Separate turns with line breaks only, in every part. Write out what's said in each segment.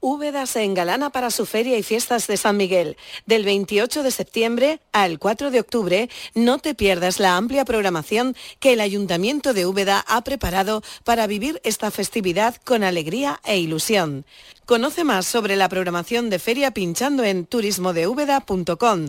Úbeda se engalana para su feria y fiestas de San Miguel. Del 28 de septiembre al 4 de octubre, no te pierdas la amplia programación que el Ayuntamiento de Úbeda ha preparado para vivir esta festividad con alegría e ilusión. Conoce más sobre la programación de feria pinchando en turismodeúbeda.com.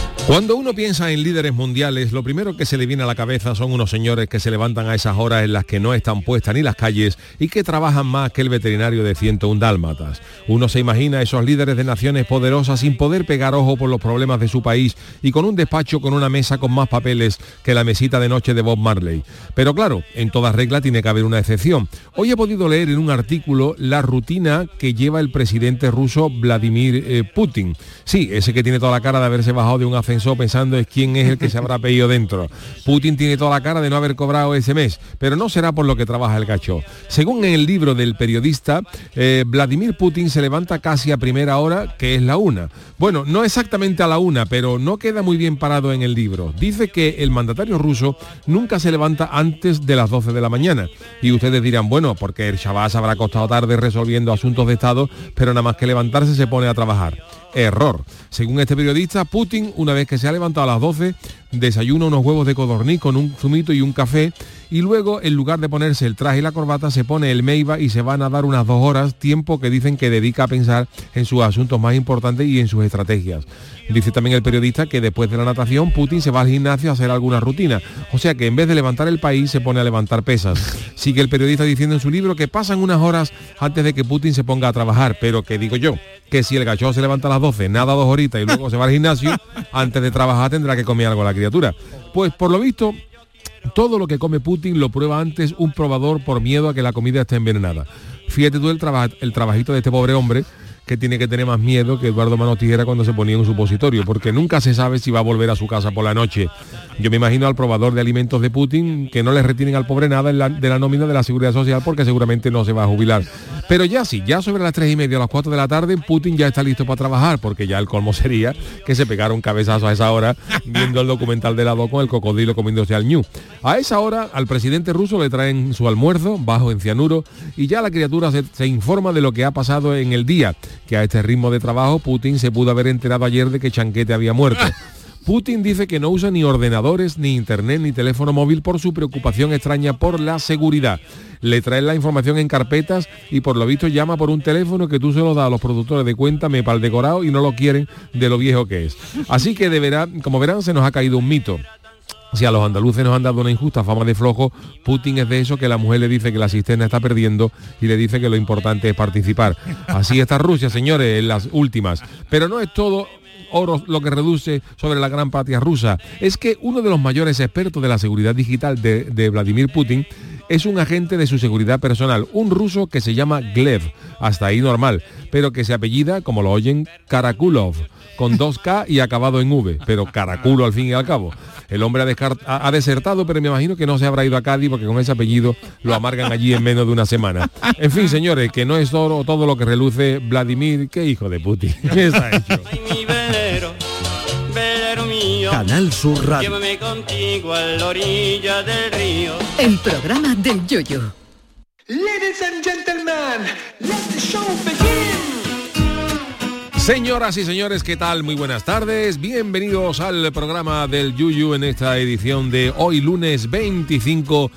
Cuando uno piensa en líderes mundiales, lo primero que se le viene a la cabeza son unos señores que se levantan a esas horas en las que no están puestas ni las calles y que trabajan más que el veterinario de 101 dálmatas. Uno se imagina a esos líderes de naciones poderosas sin poder pegar ojo por los problemas de su país y con un despacho con una mesa con más papeles que la mesita de noche de Bob Marley. Pero claro, en toda regla tiene que haber una excepción. Hoy he podido leer en un artículo la rutina que lleva el presidente ruso Vladimir eh, Putin. Sí, ese que tiene toda la cara de haberse bajado de un ascensor pensando es quién es el que se habrá pedido dentro. Putin tiene toda la cara de no haber cobrado ese mes, pero no será por lo que trabaja el gacho. Según el libro del periodista, eh, Vladimir Putin se levanta casi a primera hora, que es la una. Bueno, no exactamente a la una, pero no queda muy bien parado en el libro. Dice que el mandatario ruso nunca se levanta antes de las 12 de la mañana. Y ustedes dirán, bueno, porque el Shabbat habrá costado tarde resolviendo asuntos de Estado, pero nada más que levantarse se pone a trabajar error. Según este periodista, Putin, una vez que se ha levantado a las 12, desayuna unos huevos de codorniz con un zumito y un café y luego, en lugar de ponerse el traje y la corbata, se pone el meiba y se van a dar unas dos horas, tiempo que dicen que dedica a pensar en sus asuntos más importantes y en sus estrategias. Dice también el periodista que después de la natación Putin se va al gimnasio a hacer alguna rutina. O sea que en vez de levantar el país se pone a levantar pesas. Sigue el periodista diciendo en su libro que pasan unas horas antes de que Putin se ponga a trabajar, pero que digo yo, que si el gacho se levanta a las 12, nada dos horitas y luego se va al gimnasio, antes de trabajar tendrá que comer algo la criatura. Pues por lo visto, todo lo que come Putin lo prueba antes un probador por miedo a que la comida esté envenenada. Fíjate tú el, traba el trabajito de este pobre hombre que tiene que tener más miedo que Eduardo Mano Tijera cuando se ponía en un supositorio, porque nunca se sabe si va a volver a su casa por la noche. Yo me imagino al probador de alimentos de Putin que no le retienen al pobre nada de la nómina de la seguridad social porque seguramente no se va a jubilar. Pero ya sí, ya sobre las tres y media, a las 4 de la tarde, Putin ya está listo para trabajar, porque ya el colmo sería que se pegaron cabezazos a esa hora viendo el documental de lado con el cocodrilo comiéndose al ñu. A esa hora, al presidente ruso le traen su almuerzo, bajo en cianuro, y ya la criatura se, se informa de lo que ha pasado en el día que a este ritmo de trabajo Putin se pudo haber enterado ayer de que Chanquete había muerto. Putin dice que no usa ni ordenadores, ni internet, ni teléfono móvil por su preocupación extraña por la seguridad. Le traen la información en carpetas y por lo visto llama por un teléfono que tú se lo das a los productores de cuenta, me pal decorado y no lo quieren de lo viejo que es. Así que deberá, como verán, se nos ha caído un mito. Si a los andaluces nos han dado una injusta fama de flojo, Putin es de eso que la mujer le dice que la cisterna está perdiendo y le dice que lo importante es participar. Así está Rusia, señores, en las últimas. Pero no es todo oro lo que reduce sobre la gran patria rusa. Es que uno de los mayores expertos de la seguridad digital de, de Vladimir Putin es un agente de su seguridad personal, un ruso que se llama Gleb, hasta ahí normal, pero que se apellida, como lo oyen, Karakulov, con 2K y acabado en V, pero Karakulo al fin y al cabo. El hombre ha, descart- ha ha desertado, pero me imagino que no se habrá ido a Cádiz porque con ese apellido lo amargan allí en menos de una semana. En fin, señores, que no es oro todo lo que reluce Vladimir, qué hijo de Putin. ¿Qué se ha hecho?
mi velero, velero mío.
Canal Sur Radio.
Llévame contigo a la orilla del río.
El programa del yoyo.
Ladies and gentlemen, let the show begin.
Señoras y señores, ¿qué tal? Muy buenas tardes. Bienvenidos al programa del Yuyu en esta edición de hoy lunes 25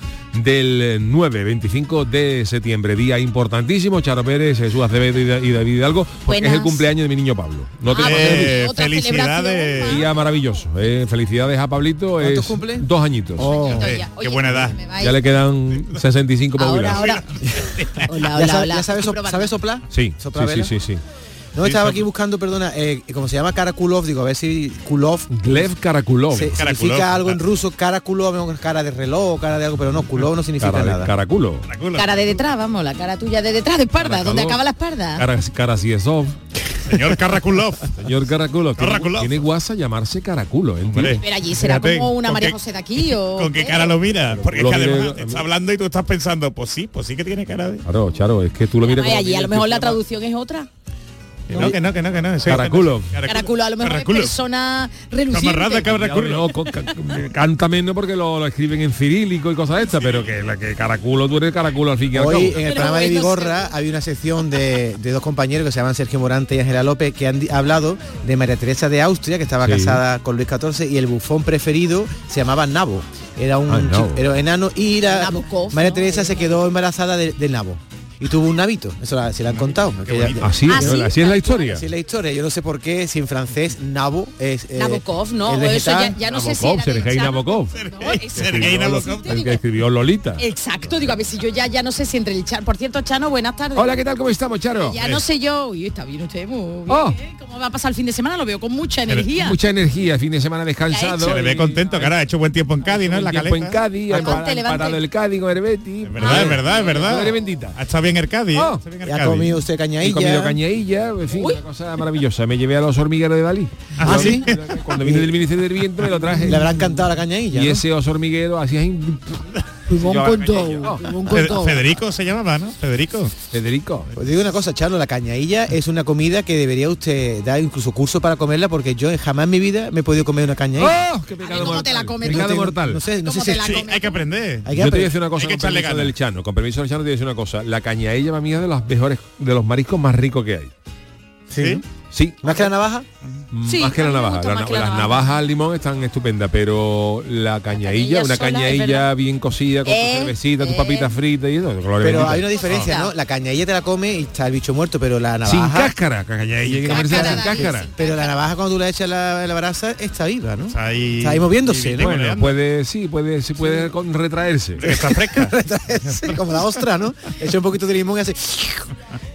del 9, 25 de septiembre. Día importantísimo. Charo Pérez, Jesús Acevedo y Da- y David Hidalgo, porque
Buenas.
es el cumpleaños de mi niño Pablo. No te
Ah,
pases.
otra felicidades. celebración,
Día maravilloso. eh. felicidades a Pablito. es Dos añitos.
Qué buena edad.
Ya le quedan 65 para
Ahora,
jubilarse.
ahora.
Hola,
ya
hola,
sa-
hola.
ya sabes,
Estoy
sop-
probando.
¿sabes soplar?
Sí,
Sopla
sí,
vela.
sí, sí, sí.
No,
Sí,
estaba
sopla.
aquí buscando, perdona, eh, como se llama Karakulov, digo, a ver si Kulov...
Gleb Karakulov.
se-
Karakulov,
significa algo en
claro.
ruso, Karakulov, cara de reloj, cara de algo, pero no, Kulov no significa
Cara de-
nada.
Caraculo.
Cara
de detrás, vamos, la cara tuya de detrás, de espalda, donde acaba la espalda.
Karas- Karasiesov. Señor Karakulov. Señor Karakulov. Tiene- Tiene guasa llamarse Caraculo, ¿eh? ¿entiendes?
Pero allí será como una María José de aquí o
¿Con qué
qué?
cara lo miras? Porque
Lo
es que
mire-
además está hablando y tú estás pensando, pues sí, pues sí que tiene cara de.
Claro, Charo, es que tú lo miras
Ay,
como
allí a lo
miras
mejor la traducción es otra.
Que No, que no, que no, que no.
tú. Caraculo.
Caraculo, a lo mejor
Caraculo.
es persona reluciente.
No, con- ca- canta menos porque lo, lo escriben en cirílico y cosas de estas, pero que, la, que Caraculo, tú eres Caraculo al fin y al cabo.
Hoy en el programa de Vigorra había una sección de, de dos compañeros que se llaman Sergio Morante y Ángela López que han di- hablado de María Teresa de Austria, que estaba
Sí.
casada con Luis XIV y el bufón preferido se llamaba Nabo. Era un
Ah, Nabo.
chico- era un enano y la- María Teresa se quedó embarazada de, de Nabo. Y tuvo un nabito, eso la- se lo han contado. porque ella-
Así es, Ah, ¿sí? así es la historia.
Así es la historia. Yo no sé por qué, si en francés Nabo es... eh,
Nabokov, no,
el
o eso ya-
vegetal.
ya no sé si
Nabokov,
era del
Sergei
Chano.
Nabokov.
No, eso-
Escribió Lo- El que escribió Lolita.
Exacto, digo, a ver si yo ya, ya no sé si entre el Chano. Por cierto, Chano, buenas tardes.
Hola, ¿qué tal? ¿Cómo estamos, Charo?
Ya no sé yo. Uy, está bien usted, muy bien.
Oh.
¿Cómo va a pasar el fin de semana? Lo veo con mucha energía.
Mucha energía, fin de semana descansado.
Se le ve contento, cara. Ha hecho buen tiempo en Cádiz, ¿no? En la
Tiempo
caleta.
en Cádiz, han
Levante,
parado- han
levante.
parado el Cádiz con el Betis.
Es verdad, es verdad, es verdad.
Madre bendita.
Ha estado bien el Cádiz.
Oh.
está bien el
Y ha
Cádiz.
comido usted cañailla. He comido cañailla, en fin, una cosa maravillosa. Me llevé a los hormigueros de Dalí. ¿Ah, sí? Cuando vine del Ministerio del Viento me lo traje.
Le habrá encantado la cañailla.
Y
¿no?
ese oso hormiguero hacía ahí...
Yo- Fe-
todo.
Federico se llamaba, ¿no? Federico.
Federico.
Os Pues digo una cosa, Charlo, la cañailla es una comida que debería usted dar incluso curso para comerla porque yo jamás en mi vida me he podido comer una cañailla.
¡Oh! ¡Qué pecado mortal!
te la comes
Pecado
tú?
mortal.
No sé, no sé
¿Cómo
si...
te la comes?
Hay que aprender.
Yo
Hay que
te voy a
aprender.
decir una cosa
Hay que
con
echarle
permiso
ganas.
del Chano. Con permiso del Chano te voy a decir una cosa. La cañaella, para mí, es de los mejores, de los mariscos más ricos que hay.
¿Sí?
Sí.
¿Más que la navaja?
Sí,
más que
a
la
mí me
navaja.
gusta
La
más
na-
que la
las
navaja.
navajas al limón están estupendas, pero la cañailla,
cañailla
una
sola, es
cañailla
verdad.
bien cocida, con
Eh,
tu cervecita, tus papitas fritas y eso. gloria
Pero
bendita.
hay una diferencia, ¿no? La cañailla te la come y está el bicho muerto, pero la navaja...
Sin cáscara, cañailla hay que comerse sin
Cáscara,
cáscara.
sí, Pero la navaja cuando tú la echas la, la brasa está viva, ¿no?
Está ahí,
Está ahí moviéndose, ¿no?
Bueno, puede, sí, puede, sí, puede con- retraerse. Está fresca.
Sí, como la ostra, ¿no? Echa un poquito de limón y hace...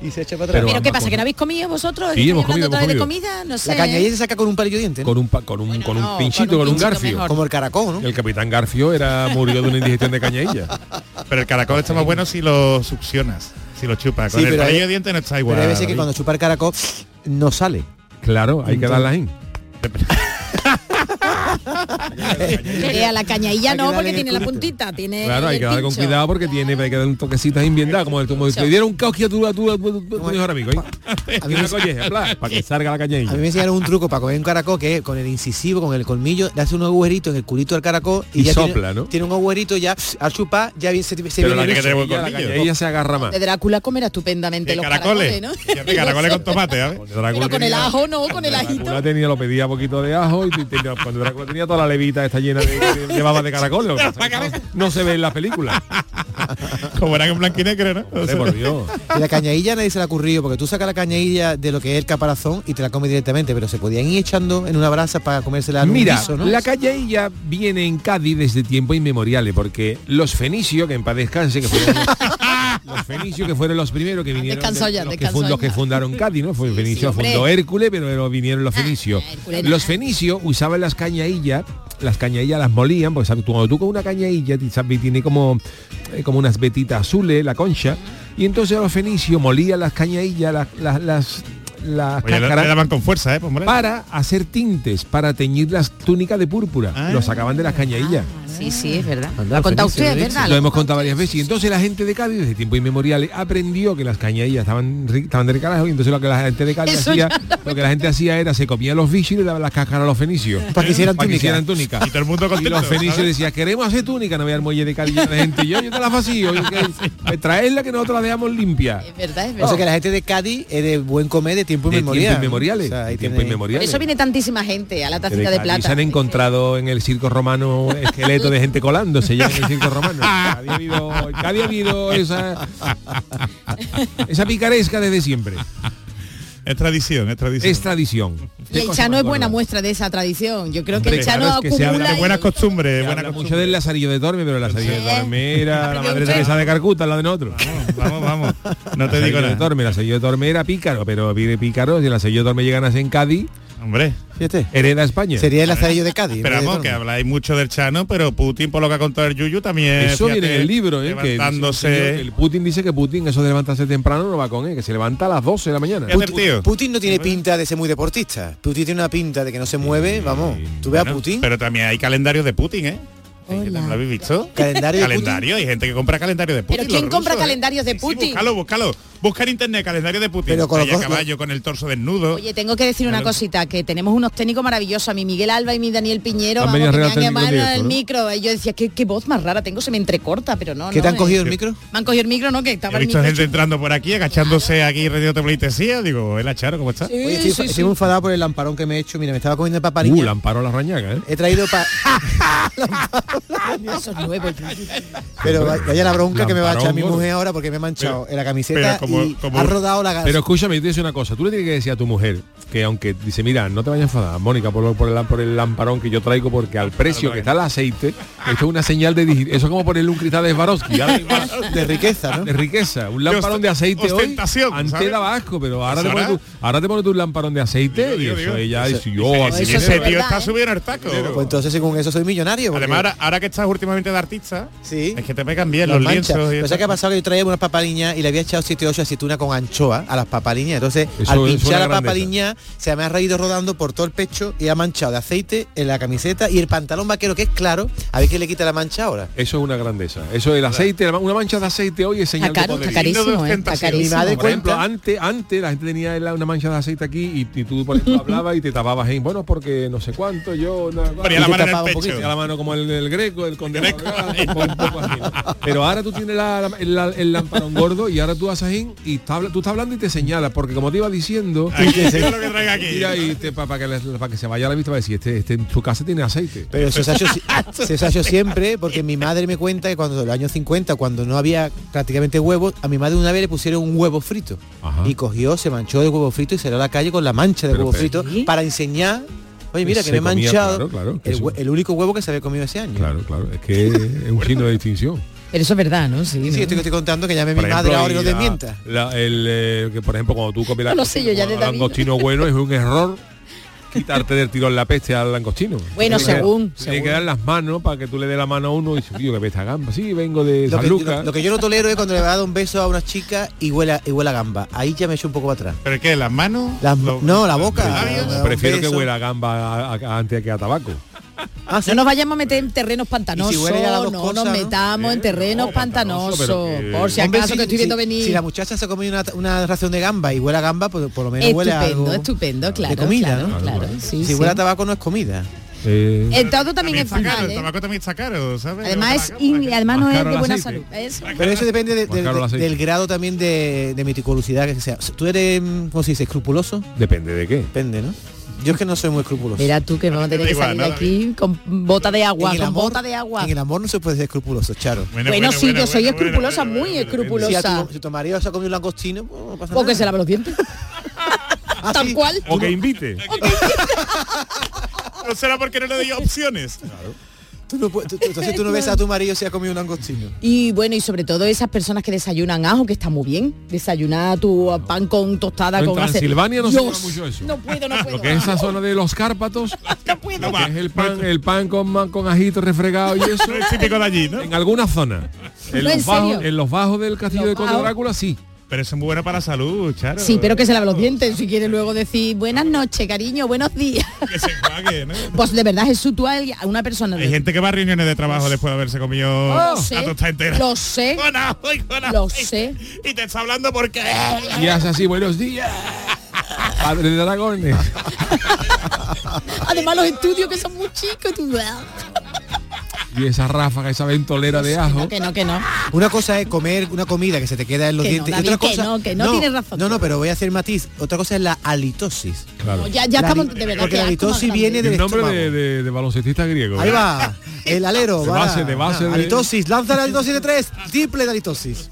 Y se echa para atrás.
Pero, qué pasa, que no habéis comido vosotros?
Sí,
¿Estáis
hemos comido,
hablando otra
hemos
vez
comido.
de comida? No sé.
La cañailla se saca con un palillo de dientes, ¿no?
Con un, pa- con un, con un
no,
pinchito,
con
con
un
un,
pinchito
garfio.
mejor.
Como el caracol, ¿no?
El capitán Garfio era murió de una indigestión de cañailla.
Pero el caracol está más bueno si lo succionas, si lo chupas. Con
Sí,
el
pero hay-
palillo de dientes no está igual.
Pero hay veces que cuando chupar caracol no sale.
Claro, hay que
Entonces-
darlas en.
Eh, a la cañailla
Hay que
no,
darle
porque
en el
tiene la
culito.
puntita,
Eh,
tiene
Claro, hay
el
que dar con
pincho.
cuidado porque tiene, hay que dar un toquecito ahí bien dado, como el como si te diera un cauqui a tu a tu a tu- a tu mejor amigo, ¿eh? Una colleja, pla, para que salga la
A
cañeilla.
mí me enseñaron un truco para comer un caracol que es con el incisivo, con el colmillo, le hace un agujerito en el culito al caracol y,
Y
ya
sopla,
tiene, tiene un agujerito ya al chupar, ya bien se, se
Pero la tiene
viene
que tener buen
ya
colmillo. La cañeilla se agarra más.
De Drácula comerá estupendamente los caracoles, ¿no?
Caracoles con tomate, ¿sabes?
Pero con el ajo no, con el ajito.
Drácula tenía, lo pedía poquito de ajo y tenía, cuando Drácula tenía toda la levita está llena de, de, de baba de caracol. lo que pasa es que no, no se ve en las películas.
Como eran en blanco y negro, ¿no?
Hombre, por Dios.
Y la cañadilla nadie se la ha ocurrido, porque tú sacas la cañadilla de lo que es el caparazón y te la comes directamente, pero se podían ir echando en una brasa para comérsela en
Mira,
un guiso, ¿no?
la cañailla viene en Cádiz desde tiempo inmemoriales, porque los fenicios, que en paz descanse, que fueron los, los fenicios que fueron los primeros que vinieron,
descansado
de-
ya,
los, que
descansado
fund- los que
ya.
fundaron Cádiz, ¿no? Fue el fenicio,
hombre. Ah,
fundó Hércules, pero luego vinieron los fenicios.
Hércules nada.
los fenicios usaban las cañaillas, las cañaillas las molían, porque ¿sabes? Tú- cuando tú con una cañailla ti- sabes, tiene como, eh, como unas vetitas azules, la concha, y entonces los fenicios molían las cañaillas, las... las, las las
Oye, pues le-
cáscaras
le daban con fuerza, ¿eh?
para hacer tintes, para teñir las túnicas de púrpura.
Ah,
Lo sacaban de las cañadillas.
Sí, sí, es verdad. Lo ha contado usted, es verdad.
Lo
Lo-
hemos contado varias veces. Y entonces la gente de Cádiz, desde tiempo inmemorial, aprendió que las cañadillas estaban, ri- estaban del carajo. Y entonces lo que la gente de Cádiz
Eso
hacía,
ya
lo que la gente hacía era se comía los bichos y le daban las cáscaras a los fenicios.
Para que hicieran túnica.
túnicas.
Y todo el mundo contento,
los fenicios
¿sabes?
decían, queremos hacer túnica, no había el muelle de Cádiz lleno de gente. Y yo, yo te las vacío. Yo, que- traedla que nosotros la dejamos limpia.
Es verdad, es
O
verdad.
sea que la gente de Cádiz es de buen comer de
Ah.
tiempo
De
inmemorial.
tiempo inmemoriales.
O sea, ahí
de tiempo
tenéis.
Por
inmemorial.
eso viene tantísima gente a la
Pero
tacita de
en Cádiz
plata.
se han encontrado en el circo romano esqueleto de gente colándose ya en el circo romano. Nadie ha habido, en Cádiz ha habido esa, esa picaresca desde siempre.
Es tradición, es tradición.
Es tradición.
Y el Chano es buena muestra de esa tradición. Yo creo que el
Hombre,
Chano
claro, es que se habla
acumula...
de buenas
y-
costumbres,
buena Mucho del Lazarillo de Torme, pero el Lazarillo de Torme era la madre Teresa de Carcuta, la de nosotros.
Vamos, vamos. No te
Lazarillo
digo
de
nada.
Torme, el Lazarillo de Torme era pícaro, pero pide pícaro, si el Lazarillo de Torme llegan a ser en Cádiz,
hombre,
fíjate.
hereda España.
Sería el lazarillo de Cádiz.
Pero vamos, que habláis mucho del Chano, pero Putin, por lo que ha contado el Yuyu, también...
Eso viene
fíjate,
en el libro, ¿eh? Que
Levantándose...
dice un señor que el Putin dice que Putin, eso de levantarse temprano no va con él, que se levanta a las 12 de la mañana.
Putin, Putin no tiene pinta de ser muy deportista. Putin tiene una pinta de que no se
Eh,
mueve, vamos. Tú ves a Putin.
Pero también hay calendarios de Putin, ¿eh? ¿Lo habéis visto?
Calendario de Putin.
Calendario, hay gente que compra calendario de Putin.
Pero ¿quién
los
compra
rusos, ¿eh?
calendarios de Putin?
Búscalo, búscalo. Busca en internet calendario de Putin.
Pero con
Calle
los-
a caballo, con el torso desnudo.
Oye, tengo que decir una
Claro.
cosita, que tenemos unos técnicos maravillosos, a mi Miguel Alba y mi Daniel Piñero,
Han venido
vamos, que me han
arriba técnicos
llamado
directos,
al
¿no?
micro. Y yo decía, ¿qué, qué voz más rara tengo, se me entrecorta, pero no.
¿Qué te
no,
han
eh.
cogido el micro?
Me han cogido el micro, ¿no? Que estaba
He
el
visto
micro.
gente entrando por aquí, agachándose aquí, radio teplitesía. Digo, el acharo, ¿cómo está?
Oye, estoy, estoy enfadado por el lamparón que me he hecho. Mira, me estaba comiendo el papariño.
Uh, Lamparo la rañaga, ¿eh?
He traído para...
chulo. Eso es nuevo.
Pero va- vaya la bronca que me va a echar mi
Lamparongo.
mujer ahora porque me he manchado en la camiseta
pero como-
y
como-
ha rodado la
Pero escúchame, yo te dice una cosa, tú le tienes que decir a tu mujer que aunque dice, mira, no te vayas a enfadar, Mónica, por, lo- por el, lam- por el lamparón que yo traigo, porque al precio que está el aceite, esto es una señal de digi- eso es como ponerle un cristal de Swarovski, ya no hay más.
de riqueza, ¿no?
de riqueza. Un lamparón de aceite hoy.
ostentación,
Antes
¿sabes?
daba asco, pero ahora te,
Ahora-
pones tú, ahora te pones tú un lamparón de aceite y eso ella dice, yo aquí
Ese
viene-
ese tío
¿eh?
está subiendo el taco.
Pues entonces según eso soy millonario. porque-
Además, ahora, ahora que estás últimamente de artista, es que te pegan bien
Las
los
manchas.
lienzos. y
Pero ¿sabes qué ha
eso.
pasado? Que yo traía unas papaliñas y le había echado 7 8 aceituna con anchoa a las papaliñas. Entonces,
Eso
al
es una
pinchar la
grandeza.
papaliña, se me ha raído rodando por todo el pecho y ha manchado de aceite en la camiseta y el pantalón vaquero, que es claro, a ver quién le quita la mancha ahora.
Eso es una grandeza. Eso del aceite, la ma- una mancha de aceite hoy es señal
Está caro,
de poder.
está carísimo, ¿eh? Está carísimo. Mi madre
Por ejemplo,
cuenta-
antes, antes la gente tenía la- una mancha de aceite aquí y, y tú por ejemplo, hablabas y te tapabas ahí. Bueno, porque no sé cuánto, yo... no-
Ponía la
y te
mano en el
tapaba un
pecho.
poquito, ponía la mano como el, el greco, el conde Orgaz, un po- un poco así, ¿no? Pero ahora tú tienes la- la- el, la- el lamparón gordo y ahora tú haces ahí y está habla- tú estás hablando y te señalas, porque como te iba diciendo...
Aquí, es lo que traiga aquí.
Mira, y te- para, que, les- para que se vaya a la vista, va a decir, este, este en su casa tiene aceite.
Pero eso se ha hecho, si- se ha hecho siempre porque mi madre me cuenta que cuando en los años 50, cuando no había prácticamente huevos, a mi madre una vez le pusieron un huevo frito. Y cogió, se manchó de huevo frito y salió a la calle con la mancha de
Pero,
huevo
pero-
frito para enseñar, oye, mira, que
Se
me he
comía,
manchado
claro, claro,
el,
eso.
hue- el único huevo que se había comido ese año.
Claro, claro, es que es un signo de distinción.
Pero eso es verdad, ¿no? Sí,
Sí,
¿no?
estoy, estoy contando que llame mi
Por
madre
ejemplo,
ahora y no
y la-
desmienta.
la- el, eh, que por ejemplo cuando tú comes la-
No lo sé yo ya de
el
David.
langostino bueno es un error quitarte del tirón la peste al langostino.
Bueno,
Tienes que-
según,
Tienes que dar las manos para que tú le des la mano a uno y dices, tío, que peste a gamba. Sí, vengo de
Lo
San
que,
Lucas.
lo- lo que yo no tolero es cuando le va a dar un beso a una chica y huele, a- y huele a gamba. Ahí ya me echo un poco para atrás.
¿Pero qué? ¿Las manos?
Las ma- no, la boca.
Yo
Ah, un
Prefiero que
beso.
huela a gamba a- a- antes que a tabaco.
No nos vayamos a meter en terrenos pantanosos.
huele a las dos
no
cosas,
nos
¿no? Eh,
metamos en terrenos pantanosos. por si
Hombre,
acaso que estoy viendo
si-
venir.
Si la muchacha se ha comido una, una ración de gamba y huele a gamba, pues por lo menos huele a
estupendo,
algo
estupendo, claro.
de comida,
claro,
¿no?
claro, sí,
si
sí.
huele a tabaco no es comida.
Eh,
El todo también es
está caro,
fatal,
el
¿eh?
tabaco también está caro, ¿sabes?
Además, es in- además no
Más
es
caro
de
el
buena salud. ¿eh?
aceite.
¿Es?
Pero eso depende de- de-
caro el
de-
aceite.
del grado también de, de meticulosidad que sea. ¿Tú eres, mm, cómo se dice, escrupuloso?
Depende de qué. Depende,
¿no? Yo es que no soy muy escrupuloso.
Mira tú que vamos a tener que salir de aquí con bota de agua,
En el
con
amor-
bota de agua.
En el amor no se puede ser escrupuloso, Charo.
Bueno, bueno, sí, yo soy escrupulosa, muy
Si, a
escrupulosa.
tu, si tu marido se ha comido un langostino, pues no pasa
O que
nada.
se lava los dientes.
Ah,
Tal cual.
O que invite. ¿No será porque no le doy opciones?
Tú no puedes- tú- tú- entonces tú no ves a tu marido si ha comido un langostino.
Y bueno, y sobre todo esas personas que desayunan ajo, que está muy bien. Desayunar tu pan con tostada
En
con aceite.
Transilvania no se
Dios,
come mucho eso.
No puedo, no puedo.
Lo que es esa zona de los Cárpatos, lo que es el pan, el pan con, ma- con ajito refregado y eso.
Es típico de allí, ¿no?
En alguna zona. En,
No,
los,
en
bajos,
serio.
en los bajos del castillo de Conde
bajos.
Drácula, sí.
Pero eso es muy bueno para la salud, Charo.
Sí, pero que se lave los dientes si quiere luego decir buenas noches, cariño, buenos días.
Pague, ¿no?
Pues de verdad, Jesús, tú a alguien- a una persona...
Hay gente que va a reuniones de trabajo después de haberse comido
Oh,
la
sé,
tostada entera.
Lo sé.
Con ajo y con
Lo
aceite.
sé.
Y te está hablando porque... eh,
Y hace así, buenos días. Padre de dragones.
Además los estudios que son muy chicos, tú. "Ah,
Y esa ráfaga, esa ventolera de ajo.
Que no, que no.
Una cosa es comer una comida que se te queda en los
Que no,
dientes.
David,
y otra
que
cosa,
no, que no tienes razón.
No, no, pero voy a hacer matiz. Otra cosa es la halitosis.
Claro.
No, ya- este ya
La
estamos-
hali-
de verdad
Porque
que
la
asco más
halitosis
grande.
viene del
El nombre
estómago.
de, de- de baloncestista griego.
Ahí
¿eh?
va. El alero.
De
va.
base, de base de-
Halitosis. Lanza la halitosis de tres. Triple de halitosis.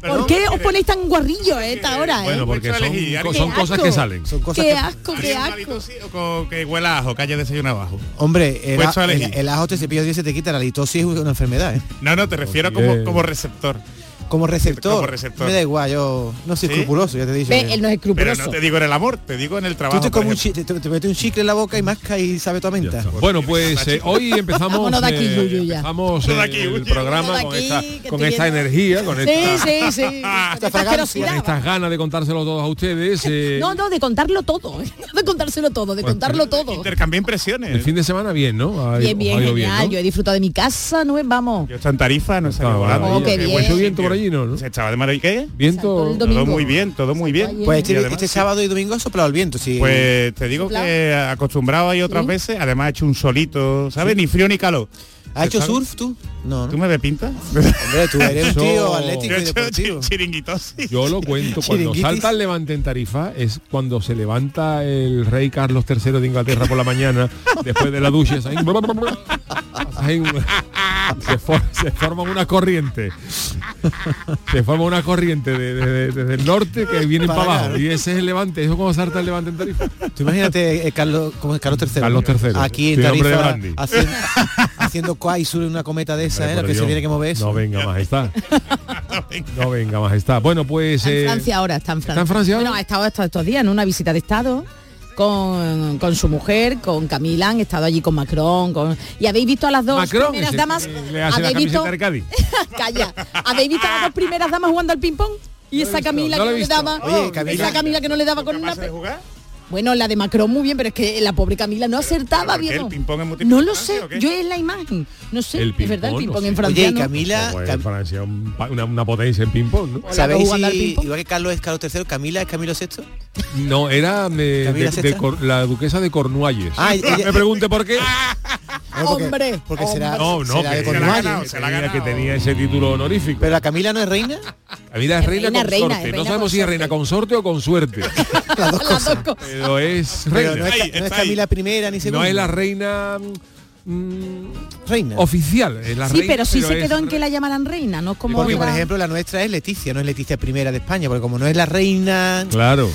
¿Por qué os ponéis tan guarrillo a esta hora, eh?
Bueno, porque son,
elegir,
co-
qué
son cosas
asco.
que salen.
Son cosas
qué
que-
asco, qué asco.
Co- Que huela a ajo, que haya desayuno abajo.
Hombre, el,
Puesto a
el-
elegir.
el ajo te cepillas y se te quita. La halitosis es una enfermedad, ¿eh?
No, no, te refiero
bien.
como, como receptor.
Como receptor.
Como receptor.
Me da igual, yo no soy
¿Sí?
escrupuloso, ya te he dicho.
Ve, él no es escrupuloso.
Pero no te digo en el amor, te digo en el trabajo.
Tú te,
por
comes un
ejemplo.
chi- te, te metes un chicle en la boca y masca y sabe tu menta.
Bueno, pues eh, hoy empezamos,
Vámonos de aquí,
eh,
Yuyu, ya.
empezamos eh, el programa
Vámonos
con
de
esta,
aquí, que
con
estoy
esta
viendo.
energía, con
Sí,
esta,
sí, sí. Esta
con
asquerosidad.
estas ganas de contárselo todos a ustedes. eh,
No, no, de contarlo todo. No de contárselo todo, de contarlo todo.
Intercambié impresiones.
El fin de semana bien, ¿no? Ha-
Bien,
os
bien,
ha ido
genial.
¿no?
Yo he disfrutado de mi casa, no es, vamos.
Yo estaba en Tarifa, no sabía
Ah,
volando.
maravilla. Oh, qué bien.
Mucho viento por allí, ¿no? ¿No?
Se estaba de maravilla. ¿Qué?
Viento.
el domingo.
Todo muy bien, todo muy bien.
Pues
Y
este,
además,
este sábado y domingo ha soplado el viento. Sí.
pues te digo que acostumbrado ahí otras veces, además ha hecho un solito, ¿sabes? Ni frío ni calor.
¿Has hecho
¿Sabes?
surf tú? No,
¿Tú
no.
me ves pinta?
Hombre, tú eres un tío
Yo-
atlético
Yo
y
he hecho
deportivo.
chi- chiringuitosis.
Yo lo cuento, cuando
Chiringuitis.
salta el levante en Tarifa es cuando se levanta el rey Carlos III de Inglaterra por la mañana, después de la ducha, es ahí, bla, bla, bla, bla, ahí, se, for- se forma una corriente. Se forma una corriente de- de- de- desde el norte que viene para,
Para acá,
abajo.
¿no?
Y ese es el levante, eso es cuando salta el levante en Tarifa.
Tú imagínate eh, Carlos, como es Carlos III.
Carlos III.
Aquí en
Sí, hombre de
Tarifa
brandy.
haciendo, haciendo cuá y sube una cometa de esa, eh, la
Por
que se
Dios.
tiene que mover eso.
No venga majestad. No venga majestad. Bueno, pues
Está en
eh,
Francia ahora, está en Francia.
¿Está en Francia ahora?
Bueno, ha estado estos, estos días en una visita de Estado con, con su mujer, con Camila, han estado allí con Macron, con... Y habéis visto a las dos
Macron
primeras
es el
damas...
que le hace la
habéis visto...
camiseta de Cádiz.
Calla. ¿Habéis visto a las dos primeras damas jugando al ping-pong? Y esa Camila
no lo
que
he
no le
visto.
daba...
Oye,
esa
Camila-
Camila que no le daba con una... Bueno, la de Macron muy bien, pero es que la pobre Camila no
¿por
acertaba
qué?
bien.
¿El ping-pong es muy típico
No
de
lo
Francia
sé,
o qué?
yo es la imagen. No sé,
El
es verdad, el
ping-pong,
ping-pong
no
en
sé.
Francia.
Oye, y
¿no?
Camila,
Como es
Cam-
Francia un pa- una, una potencia en ping-pong, ¿no?
¿sabéis
jugando al
si,
ping-pong?
igual que Carlos es Carlos III, Camila es Camilo VI?
No, era eh,
Camila
de-
Sexta.
de Cor- la duquesa de Cornualles.
Ah, ella- Ah,
me pregunte por qué.
No, porque-
Hombre,
Porque será,
No, no,
será
que
de
se la
Cornualles.
ha ganado, se la ha ganado. que tenía ese título honorífico.
Pero la Camila no es reina.
Camila es reina,
reina,
consorte.
reina, es
no
reina
sabemos si es
consorte.
reina consorte o consorte
Las dos
Las
cosas.
dos cosas.
pero es
Pero no
reina.
es,
Ahí,
Ca- no es
está ahí.
Camila primera ni
No
segunda.
es la reina mm,
reina.
oficial. es la
Sí,
reina,
pero sí se
es
quedó en que la llamaran reina, no como
Porque, por
otra-
ejemplo, la nuestra es Leticia, no es Leticia primera de España, porque como no es la reina,
Claro.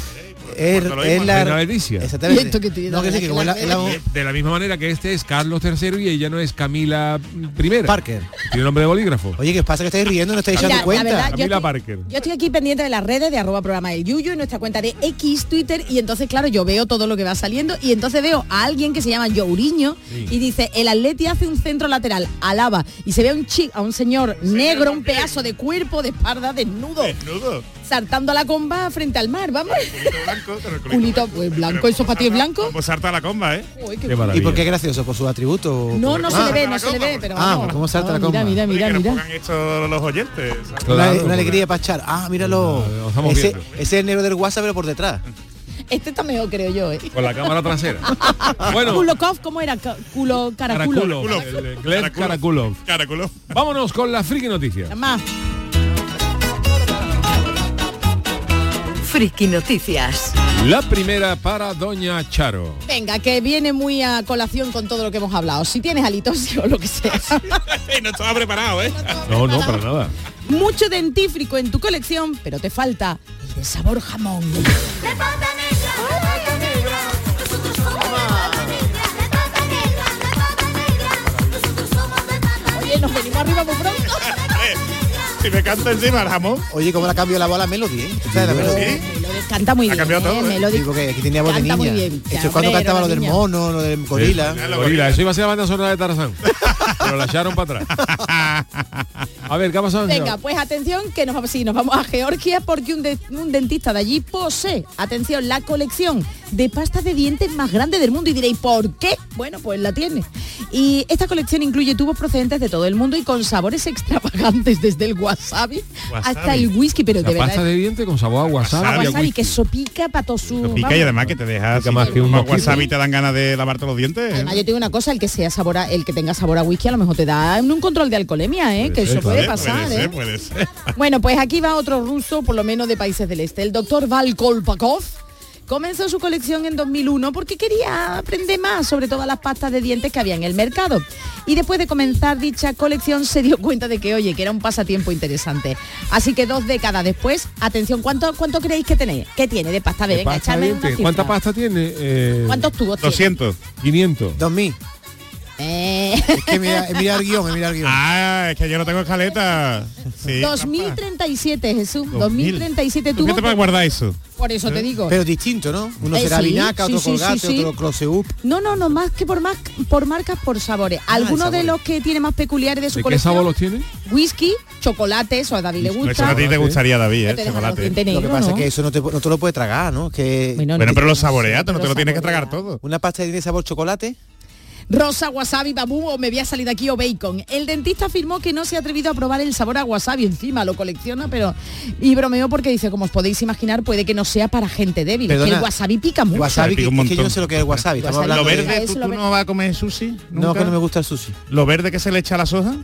es,
cuando lo
es
digo,
la
reina Leticia.
Exactamente.
Y esto que te-
no, que sí, que como es la, es la-
De- De la misma manera que este es Carlos III y ella no es Camila I.
Parker.
Tiene nombre de bolígrafo.
Oye, ¿qué pasa que estáis riendo? No estáis
Mira,
echando
la
cuenta.
verdad, Ah, yo
Camila
estoy,
Parker.
yo estoy aquí pendiente de las redes de arroba programa del Yuyu y nuestra cuenta de X Twitter y entonces claro yo veo todo lo que va saliendo y entonces veo a alguien que se llama Youriño
Sí.
y dice el Atleti hace un centro lateral alaba y se ve a un chico a un señor negro un pedazo de cuerpo de espalda desnudo
Desnudo.
saltando a la comba frente al mar, vamos. Culito pues, blanco, eso para ti es blanco.
Pues harta la comba, ¿eh?
Uy,
qué
¿Y por qué es gracioso? ¿Por sus atributos?
No, no se
Ah.
le ve, no se le ve, pero
Ah,
vamos.
¿cómo salta
Ah,
la comba?
Mira, mira, mira, mira.
Esto los oyentes. ¿sabes?
Una-
Claro,
una,
porque-
alegría para echar. Ah, míralo.
lo estamos
ese,
viendo.
ese es el negro del WhatsApp, pero por detrás.
Este está mejor, creo yo, ¿eh?
Con la cámara trasera. Bueno.
Kulokov, ¿cómo era? Ca- Culo, caraculo.
Caraculov, el, eh, Gleb Caraculov. Vámonos con la friki noticia.
Más.
Friki Noticias.
La primera para Doña Charo.
Venga, que viene muy a colación con todo lo que hemos hablado. Si tienes halitosis o lo que sea.
no estaba preparado, ¿eh?
No, no, para nada.
Mucho dentífrico en tu colección, pero te falta el de sabor jamón. Oye, nos venimos arriba muy pronto.
Si me canta encima el jamón.
Oye, ¿cómo la cambió la voz a la Melody, eh? ¿Sabes la Melody?
Canta muy bien. ¿eh? Melody.
Sí, porque aquí tenía voz de
Canta
niña.
muy bien.
Esto es
Ya,
cuando
hombre,
cantaba
era
lo del
niña.
mono, lo del gorila.
Sí, gorila. Eso iba a ser la banda sonora de Tarzán. Pero la echaron para atrás. A ver, ¿qué ha pasado? señor?
Venga, pues atención, que nos, sí, nos vamos a Georgia porque un, de- un dentista de allí posee, atención, la colección de pasta de dientes más grande del mundo. Y diréis, ¿por qué? Bueno, pues la tiene. Y esta colección incluye tubos procedentes de todo el mundo y con sabores extravagantes, desde el wasabi,
Wasabi.
hasta el whisky, pero
O sea,
pues, de
pasta
verdad.
de diente con sabor a wasabi.
wasabi,
a whisky.
que sopica para todo su...
Pica
vamos.
y además que te deja así,
más que un
como
mosquito.
wasabi te dan ganas de lavarte los dientes. ¿eh?
Además, yo te digo una cosa, el que sea sabor a- el que tenga sabor a whisky a lo mejor te da un control de alcoholemia, ¿eh? que eso puede pasar.
Puede
¿eh?
ser, puede ser.
Bueno, pues aquí va otro ruso, por lo menos de países del este. El doctor Val Kolpakov comenzó su colección en 2001 porque quería aprender más sobre todas las pastas de dientes que había en el mercado. Y después de comenzar dicha colección se dio cuenta de que, oye, que era un pasatiempo interesante. Así que dos décadas después, atención, ¿cuánto, cuánto creéis que tenéis? ¿Qué tiene de pasta de
¿Qué
venga,
pasta de
echadme una
diente?
cifra.
¿Cuánta pasta tiene? Eh,
¿Cuántos tubos tiene?
500.
2000.
Eh.
que mira- mira el guión, mira el guión.
Ah, es que yo no tengo escaleta. Sí.
2037, Jesús.
2000.
2037
¿Tú
tubos.
qué te vas a guardar eso?
Por eso
Eh,
te digo.
Pero distinto, ¿no? Uno
Eh,
será
sí,
vinaca,
sí,
otro
sí,
colgate,
sí, sí.
otro closeup.
No, no, no, más que por más por marcas, por sabores.
Ah,
Algunos de
sabores.
los que tiene más peculiares de su
¿De qué
colección.
sabor los tiene?
Whisky, chocolate, eso a David le gusta.
Eso a ti te gustaría, David,
No
¿eh?
te dejan los
chocolate.
dientes
Lo que
negros,
pasa es
¿no?
que eso no te, no te lo puedes tragar, ¿no? Que
Bueno,
Bueno, pero lo saboreas, no te lo tienes que tragar todo.
Una pasta de dientes sabor chocolate.
Rosa, wasabi, bambú o me voy a salir de aquí o bacon. El dentista afirmó que no se ha atrevido a probar el sabor a wasabi encima, lo colecciona, pero... Y bromeó porque dice, como os podéis imaginar, puede que no sea para gente débil. que
Perdona,
el wasabi pica mucho.
Wasabi, que, es que yo no sé lo que es el wasabi. Estamos
Wasabi.
hablando
Lo
de-
verde,
Eso
¿tú,
lo
tú
ve-
no vas a comer sushi?
No,
nunca?
que no me gusta el sushi.
Lo verde que se le echa a la soja,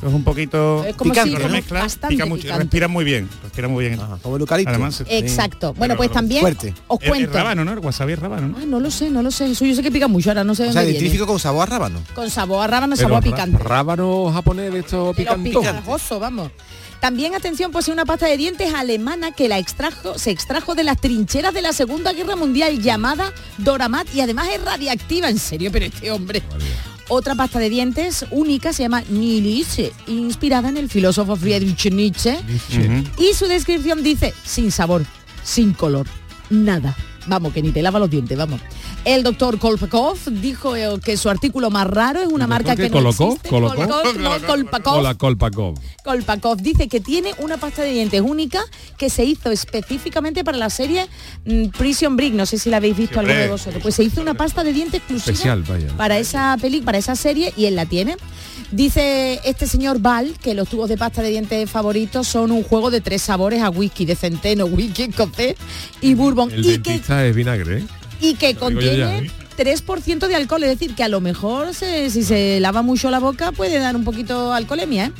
que es un poquito
Es como
picante,
si-
lo
¿no?
mezclas,
Bastante
pica mucho,
picante.
respira muy bien, respira muy bien.
como el eucalipto.
Además,
Exacto. Bueno, pues también os
El- El,
cuento.
rábano, Eh, ¿no? El wasabi es rábano, ¿no?
Ah, no lo sé, no lo sé. Eso yo sé que pica mucho, ahora no sé
O
dónde
sea,
viene.
identifico con sabor a rábano.
Con sabor a rábano,
Pero
sabor a
ra-
picante.
Rábano japonés de estos
Pero
picantos.
picajoso, vamos. También, atención, posee una pasta de dientes alemana que la extrajo, se extrajo de las trincheras de la Segunda Guerra Mundial llamada Doramat y además es radiactiva, en serio, pero este hombre. Otra pasta de dientes única se llama Niliche, inspirada en el filósofo Friedrich Nietzsche. Y su descripción dice, sin sabor, sin color, nada. Vamos, que ni te lava los dientes, vamos. El doctor Kolpakov dijo eh, que su artículo más raro es una marca que,
¿Qué
no
colocó?
existe.
¿Colocó?
Kolpakov, no, Kolpakov.
Hola, Kolpakov.
Kolpakov dice que tiene una pasta de dientes única que se hizo específicamente para la serie mm, Prison Break. No sé si la habéis visto
Sí, hombre.
alguno de vosotros. Pues se hizo una pasta de dientes exclusiva
Especial, vaya.
para esa peli, para esa serie y él la tiene. Dice este señor Val que los tubos de pasta de dientes favoritos son un juego de tres sabores a whisky, de centeno, whisky, escocés y bourbon.
El
Y que,
dentista es vinagre, ¿eh?
y que
digo yo ya, ¿eh?
contiene 3% de alcohol. Es decir, que a lo mejor se- si se lava mucho la boca puede dar un poquito alcoholemia. ¿eh?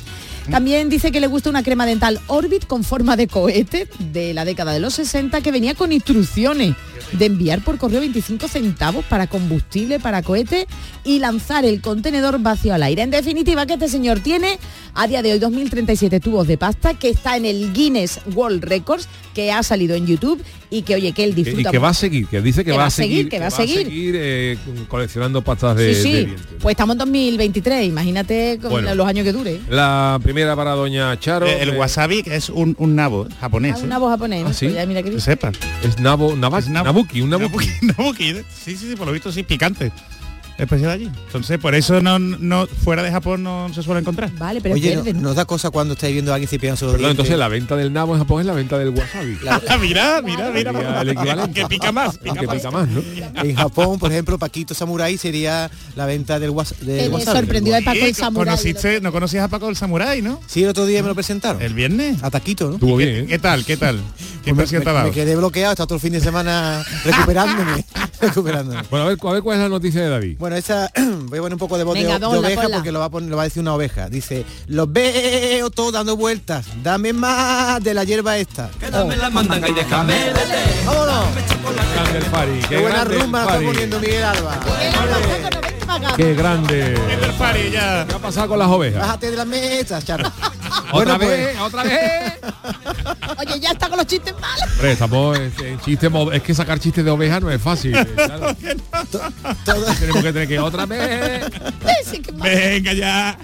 Mm.
También dice que le gusta una crema dental Orbit con forma de cohete de la década de los 60 que venía con instrucciones de enviar por correo 25 centavos para combustible, para cohete y lanzar el contenedor vacío al aire. En definitiva, que este señor tiene a día de hoy 2037 tubos de pasta que está en el Guinness World Records que ha salido en YouTube y que oye que él
Y
disfruta
que va a
mucho.
seguir, que dice que,
Que
va
va
a
a seguir,
seguir,
que va a seguir.
eh, coleccionando pastas de,
sí,
de
sí.
dientes.
Pues estamos en 2023, imagínate con
Bueno.
los años que dure.
La primera para doña Charo.
Eh, el wasabi es un, un nabo japonés.
Ah,
¿eh?
una voz japonesa.
¿Ah, sí?
Pues ya mira que-
Que sepa.
Es nabo, naba- nabuki, un nabuki.
¿eh? Nabuki, sí, sí, sí, por lo visto sí, picante. especial allí. Entonces, por eso no, no fuera de Japón no se suele encontrar.
Vale,
Oye, no- nos da cosa cuando estáis viendo a alguien cepillándose los
Perdón,
dientes.
entonces la venta del nabo en Japón es la venta del wasabi.
mira, mira,
mira. El equivalente.
Que pica más,
pica que pica más, ¿no?
En Japón, por ejemplo, Paquito Samurai sería la venta del, was del
Eh, me
wasabi.
sorprendió de Paco el Samurai.
¿Conociste, no conocías a Paco el Samurai, ¿no?
Sí, el otro día me lo presentaron.
El viernes.
A Taquito, ¿no? Pues
Estuvo bien, ¿eh?
¿Qué tal? ¿Qué tal? ¿Qué
me,
impresión te ha
me-
dado?
me quedé bloqueado hasta todo el fin de semana recuperándome. recuperándome.
Bueno, a ver, a ver cuál es la noticia de David.
Bueno, esa voy a poner un poco de voz de-
Venga,
de,
ponla,
oveja
ponla.
porque lo va, a poner- lo va a decir una oveja. Dice, los veo todos dando vueltas. Dame más de la hierba esta. Oh. ¡Vámonos!
Grande el Fari, qué,
Qué buena
grande el
rumba está
Fari,
poniendo Miguel Alba.
Qué grande.
el Fari, ya.
¿Qué ha pasado con las ovejas?
Bájate de las mesas, chato.
Otra
Bueno, pues-
vez, otra vez.
Oye, ya está con los chistes malos.
Hombre, tampoco es, es chiste mo- es que sacar chistes de oveja no es fácil. eh, claro. Tenemos que tener que otra vez.
Pues Sí, que-
Venga ya.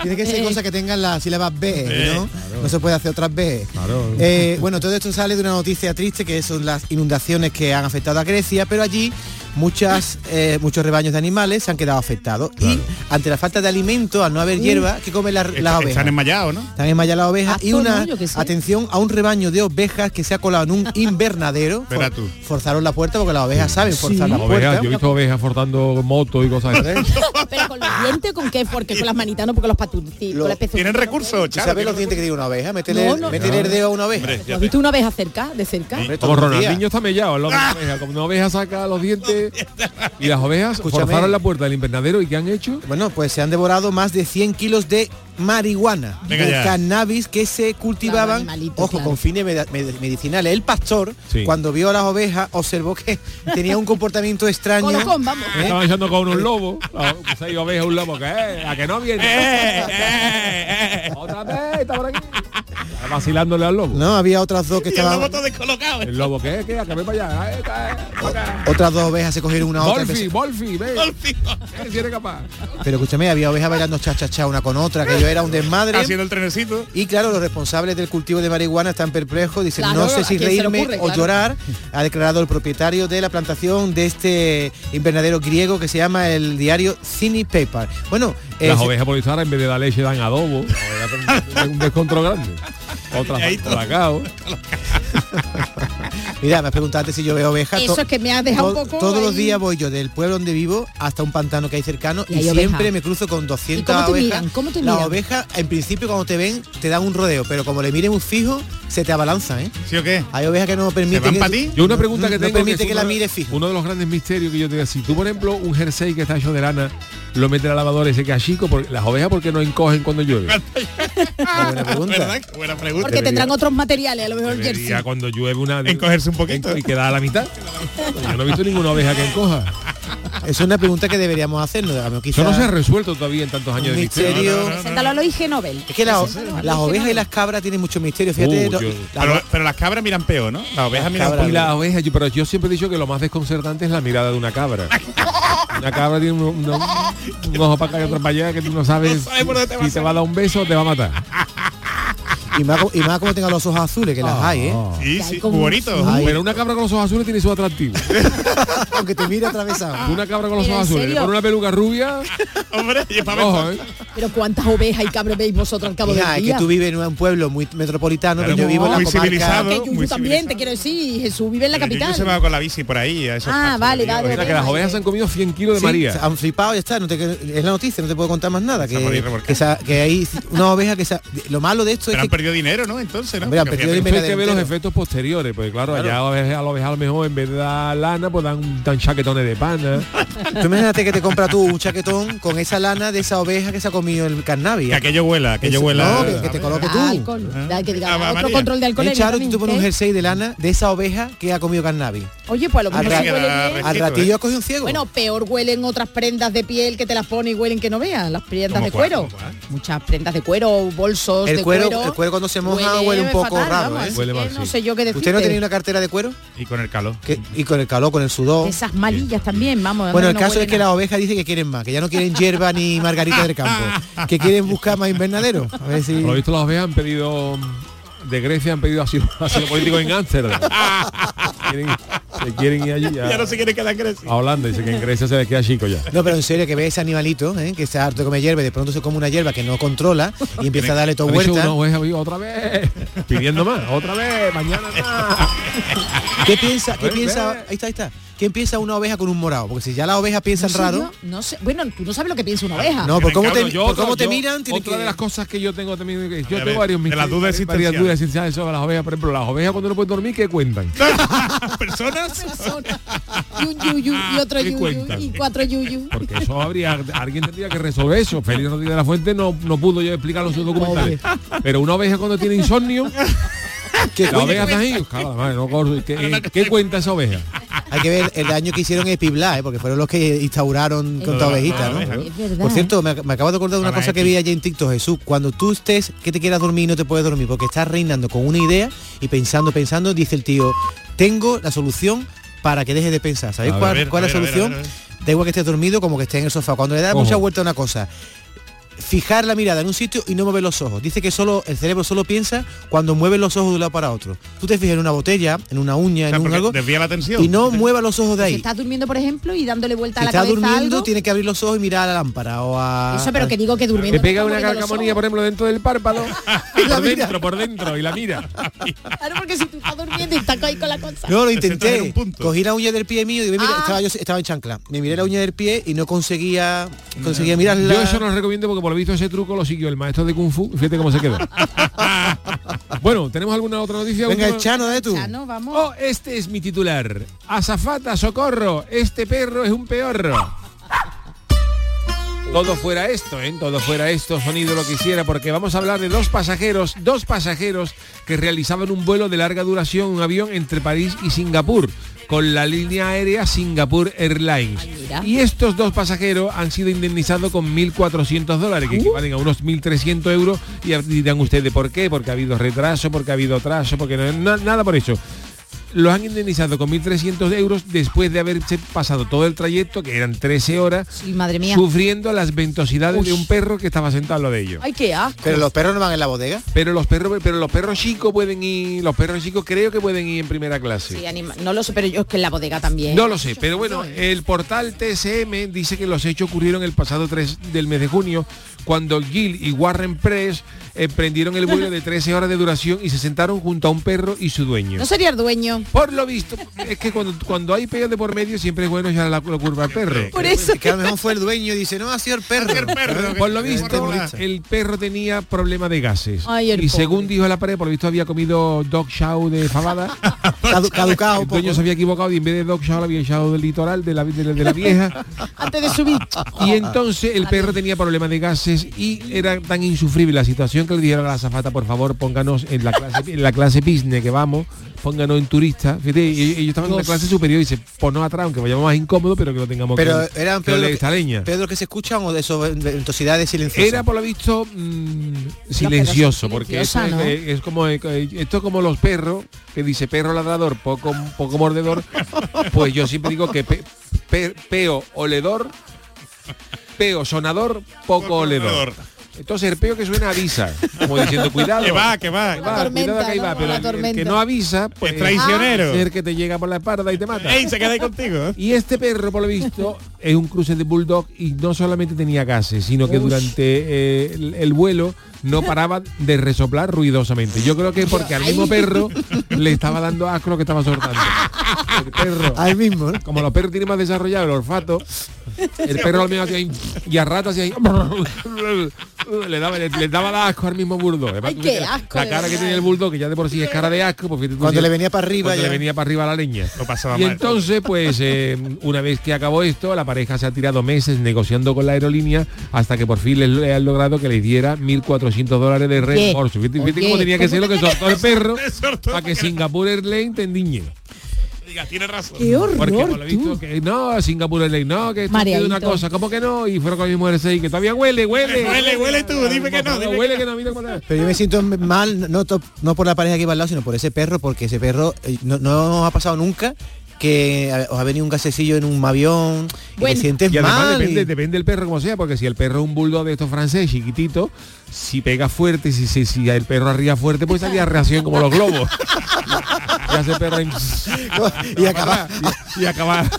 Tiene que ser
Eh.
cosas que tengan las sílabas B, ¿no? No se puede hacer otras B.
Eh, Claro.
Eh, bueno, todo esto sale de una noticia triste que son las inundaciones que han afectado a Grecia, pero allí muchas, eh, muchos rebaños de animales se han quedado afectados. Y ante la falta de alimento, al no haber hierba, que comen las las ovejas?
Están enmayados, ¿no?
También vaya la oveja y
Hazlo,
una
¿no? Yo qué sé.
atención a un rebaño de ovejas que se ha colado en un invernadero.
Verá tú.
Forzaron la puerta porque las ovejas saben forzar la
Las
puerta.
ovejas, yo he visto ovejas fortando motos y cosas así.
Pero con los dientes, ¿con qué? Porque con las manitas, no porque los patucitos,
Lo-
los pezuñitos,
Tienen
¿no?
recursos,
¿Tú
Charo.
sabes los dientes que tiene una oveja? Métele,
No, no.
métele el dedo a una oveja.
Hombre,
¿Lo
ya
has
te-
visto una oveja cerca? ¿De cerca?
Hombre, todos
Como
los días.
Ronaldinho está mellado, la
Ah.
oveja. Como una oveja saca los dientes y las ovejas
Escúchame.
forzaron la puerta del invernadero y ¿qué han hecho?
Bueno, pues se han devorado más de 100 kilos de marihuana,
Venga
de
ya.
cannabis que se cultivaban,
Claro, animalito,
ojo,
claro.
con fines meda- med- medicinales. El pastor,
Sí.
cuando vio a las ovejas, observó que tenía un comportamiento extraño. ¿Eh?
Colocón, vamos.
Me Estaban echando con un lobo. la- Seis pues ovejas, un lobo. que eh, ¿A que no
Eh,
viene? Otra vez, está por aquí. Está Vacilándole al lobo.
No, había otras dos que
Y el lobo
estaban,
todo descolocado.
El lobo, ¿qué es? ¿Qué? ¿A que ven para allá? Eh, está, eh, para acá.
otras dos ovejas se cogieron una a otra.
Wolfi, Wolfi, ve. Eh, si eres capaz.
Pero escúchame, había ovejas bailando cha cha cha una con otra, que yo era un desmadre.
Haciendo el trenecito.
Y claro, los responsables del cultivo de marihuana están perplejos, dicen
Claro,
no sé
¿a
si
quién se le
reírme
ocurre?
o
Claro.
llorar, ha declarado el propietario de la plantación de este invernadero griego que se llama el diario Cine Paper. Bueno, eh,
Las
se-
ovejas polizadas en vez de la leche dan adobo. La oveja Es un descontrol grande. Otras
Y ahí
dan
todo.
colacao.
mira, me has preguntado antes si yo veo ovejas.
Eso
To-
es que me ha dejado un
to-
poco
Todos los
ahí.
días voy yo del pueblo donde vivo hasta un pantano que hay cercano
Y
y,
hay ovejas.
siempre me cruzo con 200
¿Y cómo te
ovejas.
miran? ¿Cómo te
Las
miran?
ovejas, en principio, cuando te ven, te dan un rodeo, pero como le miren un fijo, se te abalanzan, ¿eh?
¿Sí o qué?
Hay ovejas que no permiten.
van
que-
pa' ti?
Yo una pregunta que
no
tengo
permite
es
que la
uno-
mires fijo.
Uno de los grandes misterios que yo te digo, si tú por ejemplo un jersey que está hecho de lana lo mete a la lavadora y se queda chico, porque las ovejas porque no encogen cuando llueve.
Muy buena pregunta.
¿Verdad? Buena pregunta.
Porque tendrán otros materiales, a lo mejor
Debería
jersey.
cuando llueve una
Encogerse un poquito.
y queda a la mitad. Yo no he visto ninguna oveja que encoja.
Es una pregunta que deberíamos hacernos. a lo mejor quizá-
Eso no se ha resuelto todavía en tantos años de
Un
misterio.
misterio.
Preséntalo a los IG Nobel.
Es que la-
Eso, ¿no?
las ovejas y las cabras tienen mucho misterio. Fíjate,
Uh,
lo-
yo-
la-
Pero, pero las cabras miran peor, ¿no? Las ovejas miran
cabras
Y
peor.
las ovejas, yo- pero yo siempre he dicho que lo más desconcertante es la mirada de una cabra. Una cabra tiene un, un- un ojo para acá y otro para allá que tú no sabes
sabes por dónde te va
si
a
te va a dar un beso o te va a matar.
y, más, como- y más como tenga los ojos azules, que las
Ah.
hay, ¿eh?
Sí,
hay
sí,
como-
bonito.
Ay,
Pero una cabra con los ojos azules tiene su atractivo.
aunque te mire atravesado.
Una cabra con los
Pero,
ojos
¿en
azules,
serio?
con una peluca rubia.
Hombre, y es para
Ojo,
ver-
¿eh?
Pero cuántas ovejas y cabros veis vosotros al cabo
Hija,
del
es que
día.
tú vives en un pueblo muy metropolitano, pero yo
Claro,
vivo en la
muy
comarca.
civilizado.
Que Yuyu
Muy
también,
civilizado.
te quiero decir, Jesús vive en la
Pero yo- Yo se
capital.
va con la bici por ahí. a esos
Ah,
pastos,
vale,
digo,
vale,
oye,
Mira que las ovejas se han comido 100 kilos de
Sí,
María.
se han flipado ya está, no te, es la noticia, no te puedo contar más nada.
Se ha podido
Que,
revolcar.
que, sa- que hay una oveja que sa- lo malo de esto
Pero
es
han
que
perdido dinero, ¿no? Entonces, ¿no?
Hombre, han
Porque
perdido
fíjate,
Eso hay que ver los
entero.
efectos posteriores, porque claro, allá a la oveja- a la oveja a lo mejor en vez de dar lana, pues dan, dan chaquetones de pana.
tú imagínate que te compra tú un chaquetón con esa lana de esa oveja que se ha comido el cannabis.
Que aquello vuela, aquello
Eso-
huela.
no, que- que te coloque tú.
Ah, alcohol. Da que diga,
Ah,
otro
María.
control de alcohol.
Eh, Charo, tú te pones un jersey de lana de esa oveja que ha comido cannabis.
Oye, pues a lo
Al
mejor se
rato-
huele
Queda
bien.
re-
Al
Fresquito,
ratillo
¿eh?
has cogido un ciego.
Bueno, peor huelen otras prendas de piel que te las pones y huelen que no veas, las prendas
¿Cómo
de
cuál?
cuero.
¿Cómo cuál?
Muchas prendas de cuero, bolsos
El
de
cuero-
cuero.
el cuero cuando se moja huele un poco raro, ¿eh?
así
Huele
que
mal,
no
sí.
sé yo qué decirte.
¿Usted no tenía una cartera de cuero?
Y con el calor.
Que- y con el calor, con el sudor.
Esas malillas también, vamos.
Bueno,
anda,
el
no
caso
huele
es que
nada.
las ovejas dicen que quieren más, que ya no quieren hierba ni margarita del campo, que quieren buscar más invernadero. A ver si...
Por lo visto las ovejas han pedido de Grecia han pedido asilo, asilo político en Ámsterdam. Quieren- Se quieren ir allí a,
Ya no se quiere quedar Grecia.
a Holanda. Dice que en Grecia se le queda chico ya.
No, pero en serio, que ve ese animalito, ¿eh? que está harto de comer hierba y de pronto se come una hierba que no controla y empieza a darle todo
Ha dicho
vuelta.
una oveja, oye, otra vez, pidiendo más, otra vez, mañana más.
¿Qué piensa? ¿Qué
Ven,
piensa? Ahí está, ahí está. ¿Qué piensa una oveja con un morado? Porque si ya las ovejas piensan
¿En
raro, Ah,
serio? No sé. Bueno, tú no sabes lo que piensa una oveja.
No, por cómo te-
yo
por
otra-
cómo te
yo-
miran, tiene
otra
que-
de las cosas que yo tengo también que- yo
A
tengo
ver,
varios
de las dudas
misterios, varias
existenciales.
dudas existenciales sobre las ovejas por ejemplo las ovejas cuando no pueden dormir qué cuentan
personas
Y un yuyu, y otro
¿Qué
yuyu,
cuentan?
y cuatro yuyu.
porque eso habría alguien tendría que resolver eso Félix Rodríguez de la Fuente no, no pudo yo explicarlo en sus documentales pero una oveja cuando tiene insomnio
¿Qué
la oveja está
cuenta?
ahí claro, la madre, no corre. ¿Qué, eh, qué cuenta esa oveja
hay que ver el daño que hicieron Epiblá, ¿eh? porque fueron los que instauraron
Es
con tu
verdad,
ovejita, ¿no?
es verdad.
Por cierto, me, ac- me acabo de acordar de una
Para
cosa que
Epi.
vi ayer en TikTok, Jesús. Cuando tú estés que te quieras dormir y no te puedes dormir, porque estás reinando con una idea y pensando, pensando, dice el tío, tengo la solución para que dejes de pensar. ¿Sabéis
A ver,
cuál,
a ver,
cuál
a
es la
ver, a ver,
solución?
a ver,
Da igual que estés dormido como que estés en el sofá. Cuando le das
Ojo.
mucha vuelta a una cosa, fijar la mirada en un sitio y no mover los ojos. Dice que solo el cerebro solo piensa cuando mueve los ojos de un lado para otro. Tú te fijas en una botella, en una uña, en un algo.
Desvía la atención.
Y no mueva los ojos de
Pues Si
ahí.
estás durmiendo, por ejemplo, y dándole vuelta
Si
a la
estás
cabeza a
durmiendo,
algo.
tienes que abrir los ojos y mirar a la lámpara o a.
Eso, pero que digo que durmiendo
te pega
no
una
está moviendo los
calcamonía por ejemplo dentro del párpado por dentro por dentro y la mira
Claro, porque si tú estás durmiendo y estás ahí con la cosa.
No, lo
sientas en
intenté.
un punto.
Cogí la uña del pie mío y digo, mira,
Ah.
estaba, yo estaba en chancla. Me miré la uña del pie y no conseguía conseguía mirarla.
Yo eso no lo recomiendo porque por lo visto ese truco lo siguió el maestro de Kung Fu. Fíjate cómo se quedó. bueno, ¿tenemos alguna otra noticia?
Venga,
¿Alguna-
el Chano, de tú.
Chano, vamos.
Oh, este es mi titular. Azafata, socorro, este perro es un peorro. Todo fuera esto, ¿eh? Todo fuera esto, sonido lo que hiciera, porque vamos a hablar de dos pasajeros, dos pasajeros que realizaban un vuelo de larga duración, un avión entre París y Singapur, con la línea aérea Singapore Airlines. Y estos dos pasajeros han sido indemnizados con 1.400 dólares, que equivalen a unos 1.300 euros, y dirán ustedes por qué, porque ha habido retraso, porque ha habido atraso, porque no, na- nada por eso los han indemnizado con 1.300 euros después de haberse pasado todo el trayecto, que eran 13 horas,
Y madre mía.
sufriendo las ventosidades de un perro que estaba sentado a lo de ellos.
Ay, qué asco.
Pero los perros no van en la bodega.
Pero los perros, pero los perros chicos pueden ir, los perros chicos creo que pueden ir en primera clase.
Sí, anima- No lo sé, pero yo es que en la bodega también.
No lo sé, pero bueno,
¿eh?
el portal TSM dice que los hechos ocurrieron el pasado 3 del mes de junio, cuando Gil y Warren Press emprendieron el vuelo de 13 horas de duración y se sentaron junto a un perro y su dueño.
No sería el dueño.
Por lo visto, es que cuando, cuando hay peor de por medio siempre es bueno echar la, la curva al perro.
Por eso.
Que a lo mejor fue el dueño y dice, no, ha sido el perro.
Por lo visto, el perro tenía problema de gases.
Ay, el
y según
pobre.
dijo la pared, por lo visto había comido dog chow de fabada.
caducado
El dueño se había equivocado y en vez de dog chow lo había echado del litoral, de la, de la- de la vieja.
Antes de subir.
Y entonces el perro tenía problemas de gases y era tan insufrible la situación que le dijeron a la azafata, por favor, pónganos en la clase, en la clase business que vamos, pónganos en turista. Fíjate, y- y ellos estaban en la
Dios.
clase superior y se ponnos atrás, aunque vayamos más incómodo, pero que lo tengamos
Pero
que,
eran
que
Pedro,
oler
que-
esta leña.
Pedro que se escuchan o de esos ventosidades silenciosas.
Era por lo visto mm, silencioso, porque eso
silenciosa,
es,
¿no?
eh, es como eh, eh, esto es como los perros que dice perro ladrador, poco poco mordedor, pues yo siempre digo que pe- pe- peo oledor, peo sonador, poco, oledor. Entonces el peo que suena avisa, como diciendo cuidado.
Que va, que va.
que
La tormenta,
cuidado que ahí
¿no?
va,
Como
pero
la
el- el que
tormenta.
no avisa, pues
Es traicionero.
Es el que te llega por la espalda y te mata.
Ey, se queda ahí contigo. ¿eh?
Y este perro, por lo visto, es un cruce de bulldog y no solamente tenía gases, sino que
Ush.
durante eh, el, el vuelo no paraba de resoplar ruidosamente. Yo creo que porque al mismo perro le estaba dando asco lo que estaba soltando. El perro.
Al mismo,
Como los perros tienen más desarrollado el olfato, el perro al menos hacía ahí, y a rato hacía ahí, le daba, le, le daba la asco al mismo bulldog. Además,
Ay,
tú
qué
fíjate, la-
asco,
La
de
cara que
verdad.
tiene el bulldog, que ya de por sí es cara de asco, pues fíjate tú
Cuando
si-
le venía para arriba
cuando le
ya.
venía para arriba la leña.
pasaba
y
mal.
entonces, pues, eh, una vez que acabó esto, la pareja se ha tirado meses negociando con la aerolínea hasta que por fin les, le han logrado que les diera 1.400 dólares de reembolso. Fíjate, fíjate
oye,
cómo tenía que ser
¿cómo
lo que
tenía
soltó el perro
Le soltó
para que Singapur Airlines te endiñe.
Diga, tiene razón.
Porque por lo visto que no, Singapur Airlines, no, que esto es una
Mareadito.
cosa, ¿cómo que no? Y fueron con mi mujer seis, que todavía huele, huele.
Huele, huele tú, dime que no, dime que
Huele
no.
que no, mira cómo está.
Pero yo me siento mal, no, to- no por la pareja que iba al lado, sino por ese perro, porque ese perro eh, no, no nos ha pasado nunca que eh, os ha venido un gasecillo en un avión y te sientes
y además
mal. y-
depende, depende del perro como sea, porque si el perro es un bulldog de estos francés chiquitito, si pega fuerte, si, si, si el perro arría fuerte, pues salía reacción como los globos. y hace perro y, y acabar y, acabar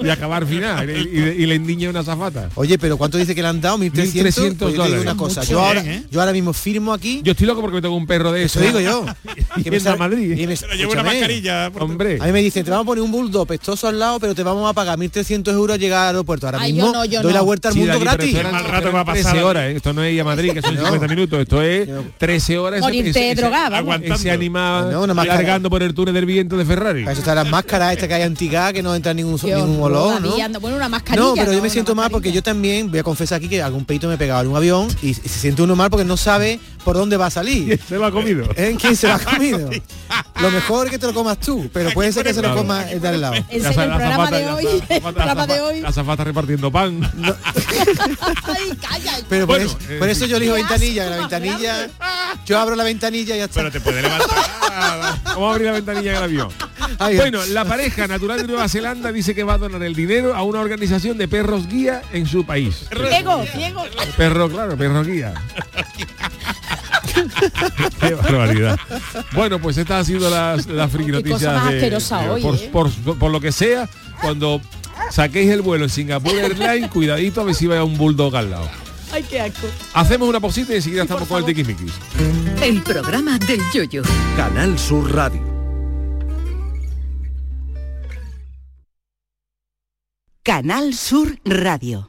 y acabar final y, y- y le endiña una zafata
Oye, pero ¿cuánto dice que le han dado? 1.300
1.300
Pues yo te digo
dólares.
una cosa.
Mucho
Yo ahora,
bien, ¿eh?
yo ahora mismo firmo aquí.
Yo estoy loco porque tengo un perro de
eso.
esos.
digo yo.
Y
Que
viene a
sale-
Madrid. ¿eh?
y me-
Se lo lleva una
Pues escúchame.
mascarilla, por- Hombre.
A mí me dicen, te vamos a poner un bulldog pestoso al lado, pero te vamos a pagar 1.300 euros al llegar al aeropuerto. Ahora
Ay,
mismo
yo no, yo
doy
no.
la vuelta al
Sí,
mundo
Dani, pero
gratis.
eso eran- eran 13 horas, ¿eh? Esto no es ir a Madrid, que son 50 minutos. Esto es 13 horas.
Morirte
ese- ese-
drogado, vamos.
aguantando. Ese animal
No, una máscara.
cargando por el túnel del viento de Ferrari.
Para eso están las máscaras estas que hay antigas, que no entra ningún,
Qué
ningún
horror,
olor, ¿no?
había- Bueno, una mascarilla.
No, pero yo
¿no?
me siento mal porque yo también voy a confesar aquí que algún peito me pegaba en un avión y, y se siente uno mal porque no sabe por dónde va a salir. ¿Quién
se lo ha comido?
¿Quién se lo ha comido? lo mejor es que te lo comas tú, pero puede ser que se lo
Claro.
coma el de al lado.
En serio, el programa de hoy, el programa de hoy.
La zafata repartiendo pan.
Ay, calla.
Pero por,
Bueno,
eso,
eh,
por eso yo elijo
Qué
ventanilla,
asco
la
más
ventanilla. Yo abro la ventanilla y ya está. Pero
te puede levantar. Vamos a abrir la ventanilla del avión.
Ay,
bueno, la pareja natural de Nueva Zelanda dice que va a donar el dinero a una organización de perros guía en su país.
Ciego, ciego.
Perro, claro, perro guía. Qué barbaridad. Bueno, pues estas han sido las, las friki
Qué cosa
noticias
más
de-
asquerosa
de-
hoy,
por,
¿eh?
por- por lo que sea, cuando saquéis el vuelo en Singapur Airlines, cuidadito a ver si vaya un bulldog al lado.
Ay, qué asco.
Hacemos una pausita y enseguida estamos con el tiquismiquis.
El programa del yoyo.
Canal Sur Radio.
Canal Sur Radio.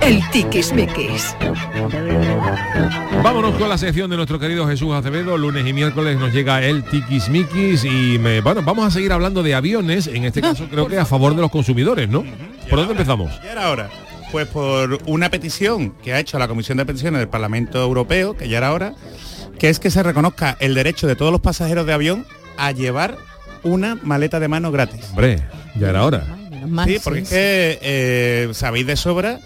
El tiquismiquis.
Vámonos con la sección de nuestro querido Jesús Acevedo. Lunes y miércoles nos llega el tiquismiquis y me- bueno, vamos a seguir hablando de aviones, en este caso creo que a favor de los consumidores, ¿no? ¿Por dónde empezamos?
Y ahora, ahora, pues por una petición que ha hecho la Comisión de Peticiones del Parlamento Europeo, que ya era hora, que es que se reconozca el derecho de todos los pasajeros de avión a llevar una maleta de mano gratis.
Hombre, ya era hora.
mal,
Sí, porque
sí,
es que eh, sabéis de sobra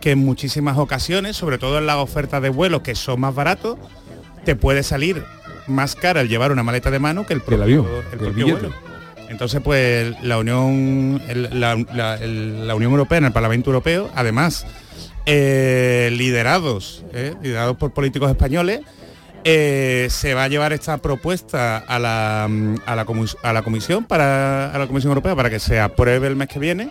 que en muchísimas ocasiones, sobre todo en las ofertas de vuelos que son más baratos, te puede salir más cara el llevar una maleta de mano que el propio,
avión,
el
el
propio
billete.
vuelo. Entonces, pues la Unión, el- la, la- el- la Unión Europea, en el Parlamento Europeo, además, eh, liderados, eh, liderados por políticos españoles, eh, se va a llevar esta propuesta a la, mm, a la, comis- a la comisión para a la Comisión Europea para que se apruebe el mes que viene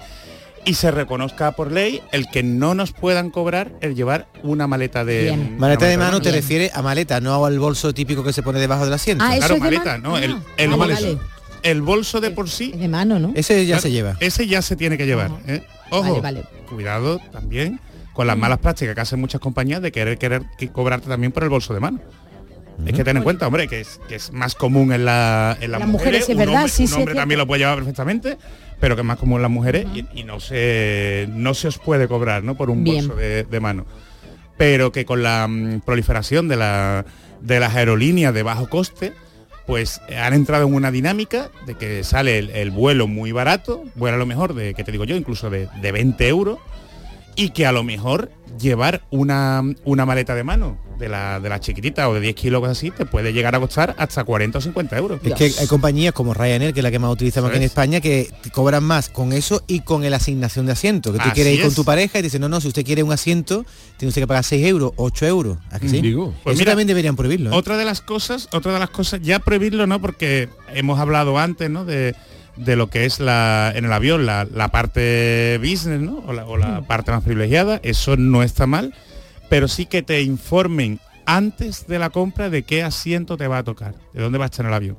y se reconozca por ley el que no nos puedan cobrar el llevar una maleta de una
Maleta de mano te
Bien.
refiere a maleta, no al bolso típico que se pone debajo del asiento.
Ah, eso
claro,
es de
maleta,
mano.
no, el,
Ah,
el
vale,
bolso,
vale.
el bolso de por sí.
De mano, ¿no?
Ese ya se lleva.
Ese ya se tiene que llevar. ¿eh? Ojo,
Vale, Mm.
cuidado también con las malas prácticas que hacen muchas compañías de querer querer que cobrarte también por el bolso de mano. Es
Mm.
que ten en cuenta, hombre, que es, que es más común en, la, en las,
Las mujeres, sí, es
un
verdad,
hombre,
sí,
un
sí, es
hombre también lo puede llevar perfectamente, pero que es más común en las mujeres y- y, no se no se os puede cobrar, ¿no? Por un
Bien.
bolso de, de mano. Pero que con la mm, proliferación de, la, de las aerolíneas de bajo coste, pues eh, han entrado en una dinámica de que sale el, el vuelo muy barato, vuelo a lo mejor de, que te digo yo, incluso de, de 20 euros, y que a lo mejor llevar una, una maleta de mano de la, de la chiquitita o de 10 kilos cosas así te puede llegar a costar hasta 40 o 50 euros.
Es que hay compañías como Ryanair, que es la que más utilizamos aquí en
¿Sabes?
España, que te cobran más con eso y con la asignación de asiento. Que tú
Así
quieres ir con
es.
tu pareja y te dicen, no, no, si usted quiere un asiento, tiene usted que pagar 6 euros, 8 euros. ¿A que sí?
Digo.
pues
Eso también deberían prohibirlo. ¿eh?
Otra de las cosas, otra de las cosas, ya prohibirlo, ¿no? Porque hemos hablado antes, ¿no? De, de lo que es la, en el avión la, la parte business, ¿no? O la, o
Mm.
la parte más privilegiada, eso no está mal, pero sí que te informen antes de la compra de qué asiento te va a tocar, de dónde va a estar en el avión.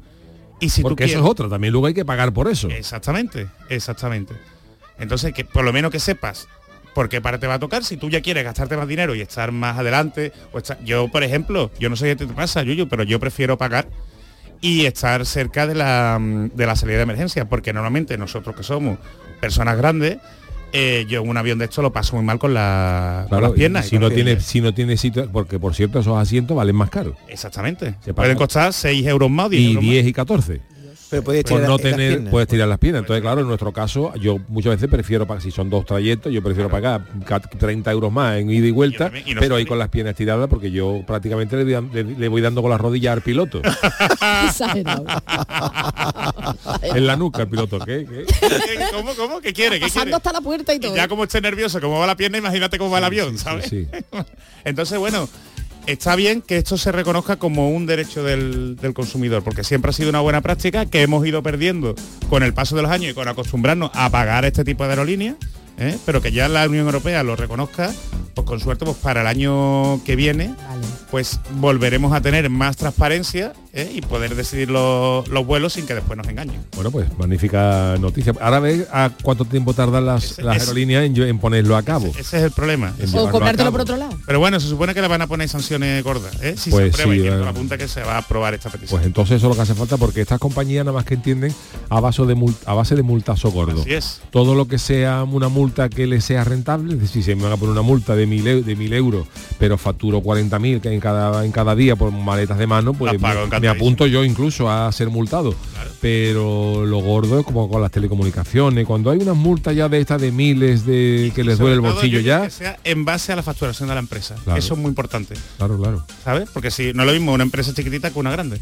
Y si tú
Porque eso
quieres-
es otra, también luego hay que pagar por eso.
Exactamente, exactamente. Entonces, que por lo menos que sepas por qué parte va a tocar, si tú ya quieres gastarte más dinero y estar más adelante, o estar- yo, por ejemplo, yo no sé qué te pasa, Yuyu, pero yo prefiero pagar y estar cerca de la, mm, de la salida de emergencia, porque normalmente nosotros que somos personas grandes, eh, yo en un avión de esto lo paso muy mal con, la, con
Claro,
las
y
piernas. y
si
con
no
las
tiene
rodillas.
si no tiene sitio, porque por cierto esos asientos valen más caro.
Exactamente.
Se
Pueden
paga-
costar 6 euros más o 10
y
euros más.
10 y 14.
Pero puedes
Por Pues
tirar
no
las- las
tener,
piernas.
puedes tirar las piernas. Entonces, claro, en nuestro caso, yo muchas veces prefiero, pagar- si son dos trayectos, yo prefiero pagar ca- 30 euros más en ida y vuelta,
y no
pero ahí con las piernas tiradas, porque yo prácticamente le, doy- le- le voy dando con las rodillas al piloto.
Exagerado.
en la nuca, el piloto. ¿qué? ¿Qué?
¿Cómo, cómo? ¿Qué quiere? ¿Qué quiere?
Pasando hasta la puerta y todo.
ya como esté nervioso, como va la pierna, imagínate cómo va el avión, ¿sabes? Entonces, bueno, está bien que esto se reconozca como un derecho del, del consumidor, porque siempre ha sido una buena práctica que hemos ido perdiendo con el paso de los años y con acostumbrarnos a pagar este tipo de aerolíneas, ¿eh? pero que ya la Unión Europea lo reconozca, pues con suerte, pues para el año que viene, pues volveremos a tener más transparencia ¿eh? y poder decidir los- los vuelos sin que después nos engañen.
Bueno, pues magnífica noticia. Ahora ves a cuánto tiempo tardan las, las
ese-
aerolíneas en, en ponerlo a cabo.
Ese es el problema.
En llevarlo a cabo.
lado.
Pero bueno, se supone que le van a poner sanciones gordas, ¿eh? Si
Pues
se aprueba
sí,
y tiene
eh.
toda la punta que se va a aprobar esta petición.
Pues entonces eso es lo que hace falta porque estas compañías nada más que entienden a, vaso de mul- a base de multazo gordo.
Así es.
Todo lo que sea una multa que le sea rentable, es decir, si me van a poner una multa de mil, eu- de mil euros, pero facturo 40.000 que en cada, en cada día por maletas de mano, pues
Las pago
me, me
encantadísimo.
apunto yo incluso a ser multado. Pero lo gordo es como con las telecomunicaciones, cuando hay unas multas ya de estas de miles de que les duele el
Sobre todo,
bolsillo
yo
ya.
creo Que sea en base a la facturación de la empresa.
Claro.
Eso es muy importante,
Claro, claro.
¿sabes? Porque si no es lo mismo una empresa chiquitita que una grande.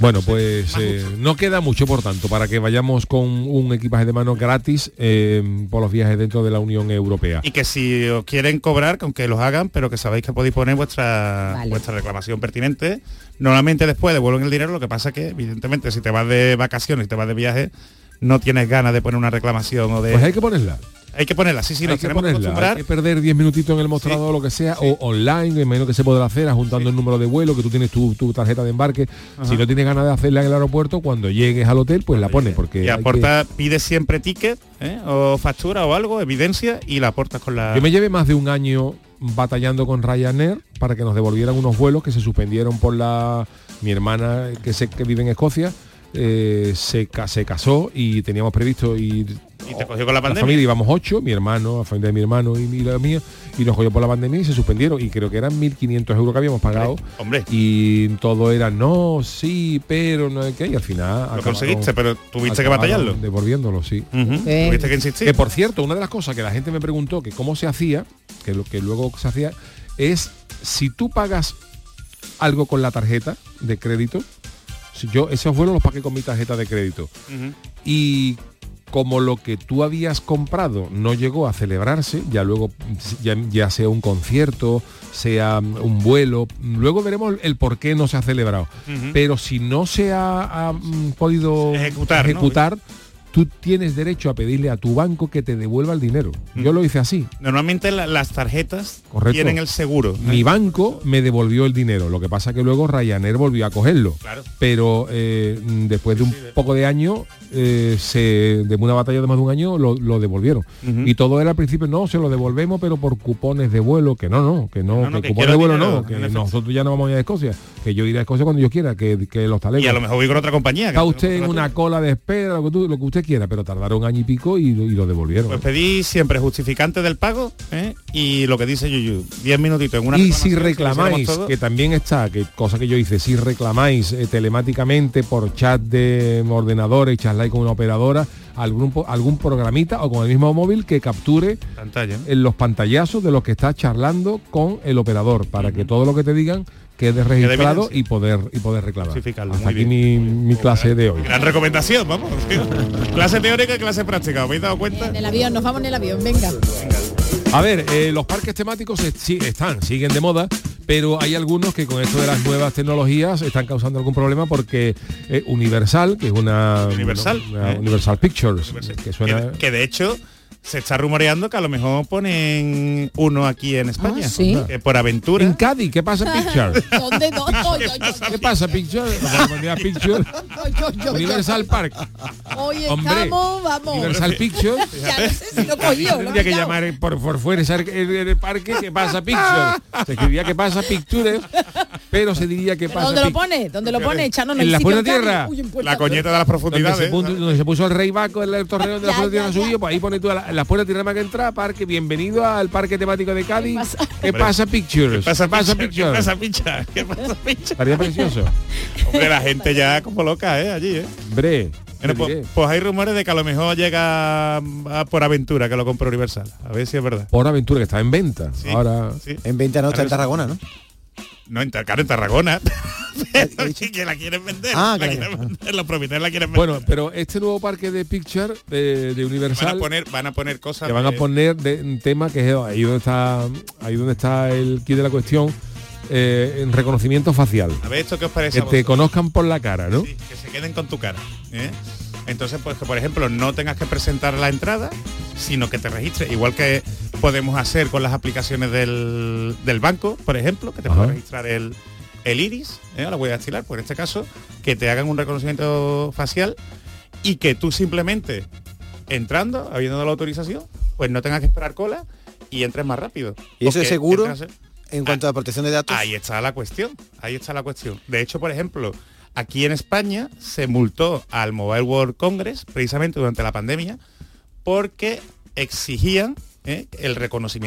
Bueno, pues eh, no queda mucho, por tanto, para que vayamos con un equipaje de mano gratis eh, por los viajes dentro de la Unión Europea.
Y que si os quieren cobrar, que aunque los hagan, pero que sabéis que podéis poner vuestra, vuestra reclamación pertinente. Normalmente después devuelven el dinero, lo que pasa que, evidentemente, si te vas de vacaciones, si te vas de viaje, no tienes ganas de poner una reclamación o de...
Pues hay que ponerla.
Hay que ponerla, sí, sí,
hay
nos
que
tenemos que
ponerla,
acostumbrar.
hay que perder 10 minutitos en el mostrador o lo que sea, o online, me imagino que se podrá hacer, juntando el número de vuelo, que tú tienes tu, tu tarjeta de embarque. Si no tienes ganas de hacerla en el aeropuerto, cuando llegues al hotel, pues la pones, porque
Y
hay
aporta, pide siempre ticket ¿eh? o factura o algo, evidencia, y la aportas con la...
Yo me llevé más de un año batallando con Ryanair para que nos devolvieran unos vuelos que se suspendieron por la mi hermana que se que vive en Escocia eh, se ca- se casó y teníamos previsto ir
y te cogió con la
la
pandemia.
familia íbamos ocho, mi hermano, la familia de mi hermano y, y la mía, y nos cogió por la pandemia y se suspendieron. Y creo que eran 1.500 euros que habíamos pagado.
Hombre.
Y todo era no, sí, pero no hay que. Y al final. acabaron-
conseguiste, pero tuviste que
acabaron
batallarlo.
Devolviéndolo, sí.
Sí. Tuviste que insistir.
Que, por cierto, una de las cosas que la gente me preguntó, que cómo se hacía, que lo que luego se hacía, es si tú pagas algo con la tarjeta de crédito, si yo esos vuelos los pagué con mi tarjeta de crédito y como lo que tú habías comprado no llegó a celebrarse, ya luego, ya, ya sea un concierto, sea mm, un vuelo, luego veremos el por qué no se ha celebrado.
Ujú.
Pero si no se ha, ha, mm, podido ejecutar,
¿no?
tú tienes derecho a pedirle a tu banco que te devuelva el dinero. Yo lo hice así.
Normalmente la- las tarjetas
Correcto.
tienen el seguro. ¿eh?
Mi banco me devolvió el dinero. Lo que pasa que luego Ryanair volvió a cogerlo.
Claro.
Pero eh, mm, después de un poco de año, eh, se, de una batalla de más de un año, lo, lo devolvieron.
Ujú.
Y todo era al principio, no, se lo devolvemos, pero por cupones de vuelo, que no, no, que no,
No, no,
que,
que
cupones de
quiero
vuelo
dinero,
no, que
en efecto.
nosotros ya no vamos a ir a Escocia, que yo iré a Escocia cuando yo quiera, que, que los talegos.
Y a lo mejor voy con otra compañía. que
Está
no
usted en
tengo
una cola de espera, lo que, tú- lo que usted quiera, pero tardaron año y pico y, lo- y lo devolvieron.
Pues pedí siempre justificante del pago ¿eh? y lo que dice Yuyu, 10 minutitos en una
y si
reclamación,
reclamáis,
hiciéramos todo,
que también está, que cosa que yo hice, si reclamáis eh, telemáticamente por chat de ordenadores, charláis con una operadora, algún, po- algún programita o con el mismo móvil que capture
pantalla.
eh, los pantallazos de lo que estás charlando con el operador, para que todo lo que te digan quede registrado y poder y poder reclamar.
Justificarlo,
Hasta
muy
aquí mi, mi clase de hoy.
Gran recomendación, vamos. tío. clase teórica y clase práctica, ¿os habéis dado cuenta?
En el avión, nos vamos en el avión, venga.
A ver, eh, los parques temáticos es- sí, están, siguen de moda, pero hay algunos que con esto de las nuevas tecnologías están causando algún problema porque eh, Universal, que es una
Universal,
una
eh.
Universal Pictures, que suena
Que, que de hecho se está rumoreando que a lo mejor ponen uno aquí
Ah,
en España.
¿sí?
Que por aventura. En
Cádiz, ¿qué pasa Pictures?
¿Dónde, dónde? Oye, oye,
¿Qué pasa Pictures? Nos vamos a poner a Pictures.
yo, yo, yo.
Universal Park.
Hoy
Hombre,
estamos, vamos.
Universal Pictures.
ya no sé si lo cogió. lo
Tendría que
pillado.
llamar por, por fuerza el, el parque que pasa Pictures. Se escribía que pasa Pictures, pero se diría que
Pero
pasa
¿Dónde lo
Pic-
pone? ¿Dónde lo pone? Chano, no hay
en la
sitio
buena
en Cádiz.
tierra.
Uy, en Puerto-
Donde se, puso, donde se puso el rey Baco en el torneo de la puerta de tierra subido, pues ahí pone tú a la, en la puerta de tierra más que entra, parque, bienvenido al parque temático de Cádiz. ¿Qué
Hombre.
pasa Pictures?
¿Qué pasa,
pasa
Pictures?
Pictures?
¿Qué pasa, Picha? ¿Qué pasa, Picha?
Estaría precioso.
Hombre, la gente ya como loca, ¿eh? Allí, ¿eh?
Hombre.
Bueno, pues, pues hay rumores de que a lo mejor llega mm, a por aventura, que lo compra Universal. A ver si es verdad.
Por aventura que está en venta. Ahora.
En venta no está en Tarragona, ¿no?
No, en, Tar- claro, en Tarragona. que la quieren vender.
Ah,
la
claro.
quieren vender, los propietarios la quieren vender.
Bueno, pero este nuevo parque de Picture de, de Universal.
van a poner, van a poner cosas.
que van a
de-
poner de, un tema que es ahí donde está ahí donde está el kit de la cuestión eh, en reconocimiento facial
A ver, esto que os parece.
que
a
te
vosotros?
conozcan por la cara no
que se queden con tu cara. ¿eh? Entonces, pues que por ejemplo no tengas que presentar la entrada, sino que te registres. Igual que podemos hacer con las aplicaciones del, del banco, por ejemplo, que te puede registrar el, el iris, ¿eh? la voy a destilar, por este caso, que te hagan un reconocimiento facial y que tú simplemente entrando, habiendo dado la autorización, pues no tengas que esperar cola y entres más rápido.
¿Y eso
O
es
que
seguro
entres a hacer-
en cuanto a protección de datos?
Ahí está la cuestión, ahí está la cuestión. De hecho, por ejemplo, aquí en España se multó al Mobile World Congress precisamente durante la pandemia porque exigían ¿eh? el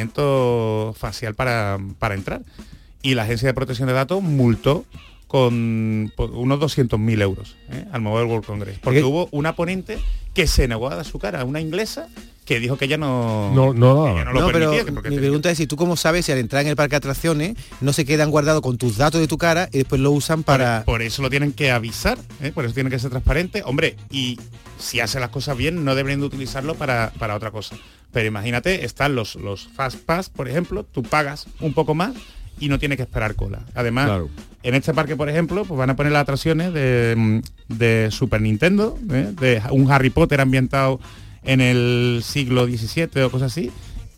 reconocimiento facial para, para entrar. Y la Agencia de Protección de Datos multó con por unos 200.000 euros ¿eh? al Mobile World Congress. Porque
¿Qué?
hubo una ponente que se negó a dar su cara, una inglesa, que dijo que ella no,
No- no lo
que ella
daba.
no lo
No, pero
permitía, que
mi pregunta es si tú cómo sabes si al entrar en el parque de atracciones no se quedan guardados con tus datos de tu cara y después lo usan para...
Por eso lo tienen que avisar, ¿eh? por eso tiene que ser transparente. Hombre, y si hace las cosas bien, no deberían de utilizarlo para, para otra cosa. Pero imagínate, están los, los Fast Pass, por ejemplo, tú pagas un poco más y no tienes que esperar cola. Además, en este parque, por ejemplo, pues van a poner las atracciones de, mm, de Super Nintendo, ¿eh? de un Harry Potter ambientado en el siglo XVII o cosas así,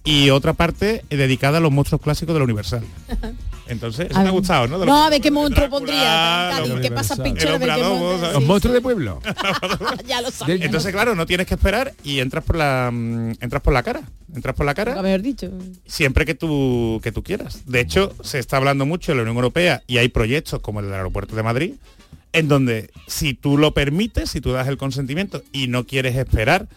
y otra parte dedicada a los monstruos clásicos de la Universal. Entonces, eso
A
te ha
ver.
gustado, ¿no? De
No,
los-
a ver qué monstruo
Drácula,
pondría.
los
Cádiz, ¿Qué pasa,
Universal.
Pichero?
El
A ver qué
Hombre Lobo,
monstruo.
¿sabes?
los
sí,
monstruos de pueblo
Ya lo sabes.
Entonces, claro, no tienes que esperar y entras por la mm, entras por la cara, entras por la cara
Lo mejor dicho.
siempre que tú que tú quieras. De hecho, se está hablando mucho en la Unión Europea y hay proyectos como el del aeropuerto de Madrid en donde si tú lo permites, si tú das el consentimiento y no quieres esperar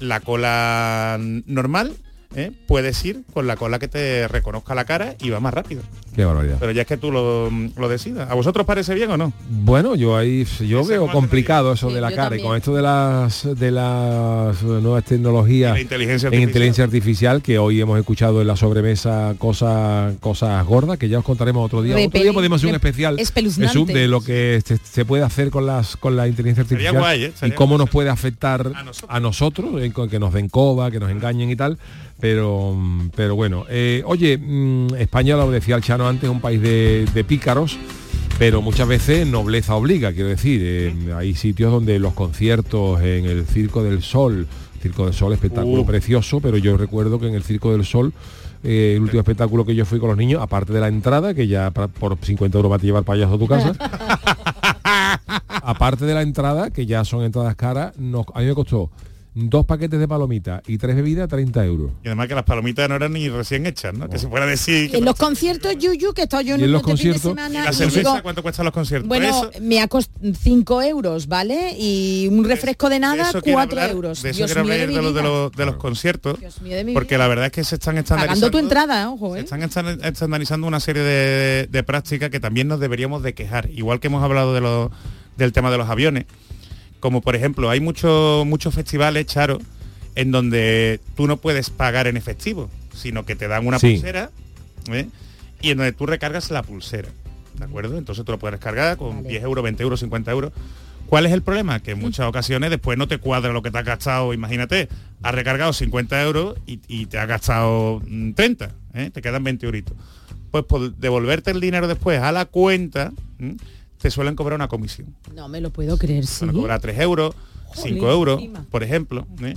la cola normal, ¿eh? puedes ir con la cola que te reconozca la cara y va más rápido.
qué barbaridad
Pero ya es que tú lo, lo decidas. ¿A vosotros parece bien o no?
bueno yo ahí yo veo complicado eso de la
yo
cara y
también.
con esto de las de las nuevas tecnologías
Y la inteligencia
en
artificial.
inteligencia artificial que hoy hemos escuchado en la sobremesa cosas cosas gordas que ya os contaremos otro día otro día
Repeli-
podemos hacer un
rep-
especial
espeluznante.
Zoom de lo que se, se puede hacer con las con la inteligencia
Sería
artificial
guay, ¿eh?
y
Sería
cómo nos puede afectar a nosotros, en co- que nos den coba, que nos engañen y tal. Pero, mm, pero bueno, Eh, oye, mm, España, lo decía el Chano antes, es un país de, de pícaros, pero muchas veces nobleza obliga, quiero decir. Eh, hay sitios donde los conciertos en el Circo del Sol, Circo del Sol, espectáculo
Uh.
precioso, pero yo recuerdo que en el Circo del Sol eh, el último espectáculo que yo fui con los niños, aparte de la entrada, que ya para- por 50 euros va a llevar payaso a tu casa, aparte de la entrada, que ya son entradas caras, nos, a mí me costó dos paquetes de palomitas y tres bebidas 30 euros.
Y además que las palomitas no eran ni recién hechas, ¿no? Que se pueda decir... que
En los conciertos, Yuyu, que he estado yo
Y
en
en
un
los
este fin de
conciertos-
semana.
la
y
cerveza,
digo,
¿cuánto cuestan los conciertos?
Bueno,
Eso-
me ha costado 5 euros, ¿vale? Y un refresco de nada,
eso quiero
4
hablar,
euros.
De eso
Dios
quiero
mío de
hablar de,
mi
los, de,
vida.
los, de los conciertos,
Dios mío de mi
porque
vida.
la verdad es que se están
Pagando tu
estandarizando,
entrada, ojo,
se
¿eh?
están estan- estandarizando una serie de, de prácticas que también nos deberíamos de quejar, igual que hemos hablado de los- del tema de los aviones. Como por ejemplo, hay muchos muchos festivales, Charo, en donde tú no puedes pagar en efectivo, sino que te dan una
Sí.
pulsera ¿eh? y en donde tú recargas la pulsera. ¿De acuerdo? Entonces tú lo puedes recargar con 10 euros, 20 euros, 50 euros. ¿Cuál es el problema? Que en muchas ocasiones después no te cuadra lo que te has gastado. Imagínate, has recargado 50 euros y, y te has gastado mm, 30, ¿eh? te quedan 20 euritos. Pues por devolverte el dinero después a la cuenta, ¿m? te suelen cobrar una comisión.
No me lo puedo creer, sí.
Van a cobrar 3 euros, 5
Jolín,
euros,
encima.
por ejemplo. ¿eh?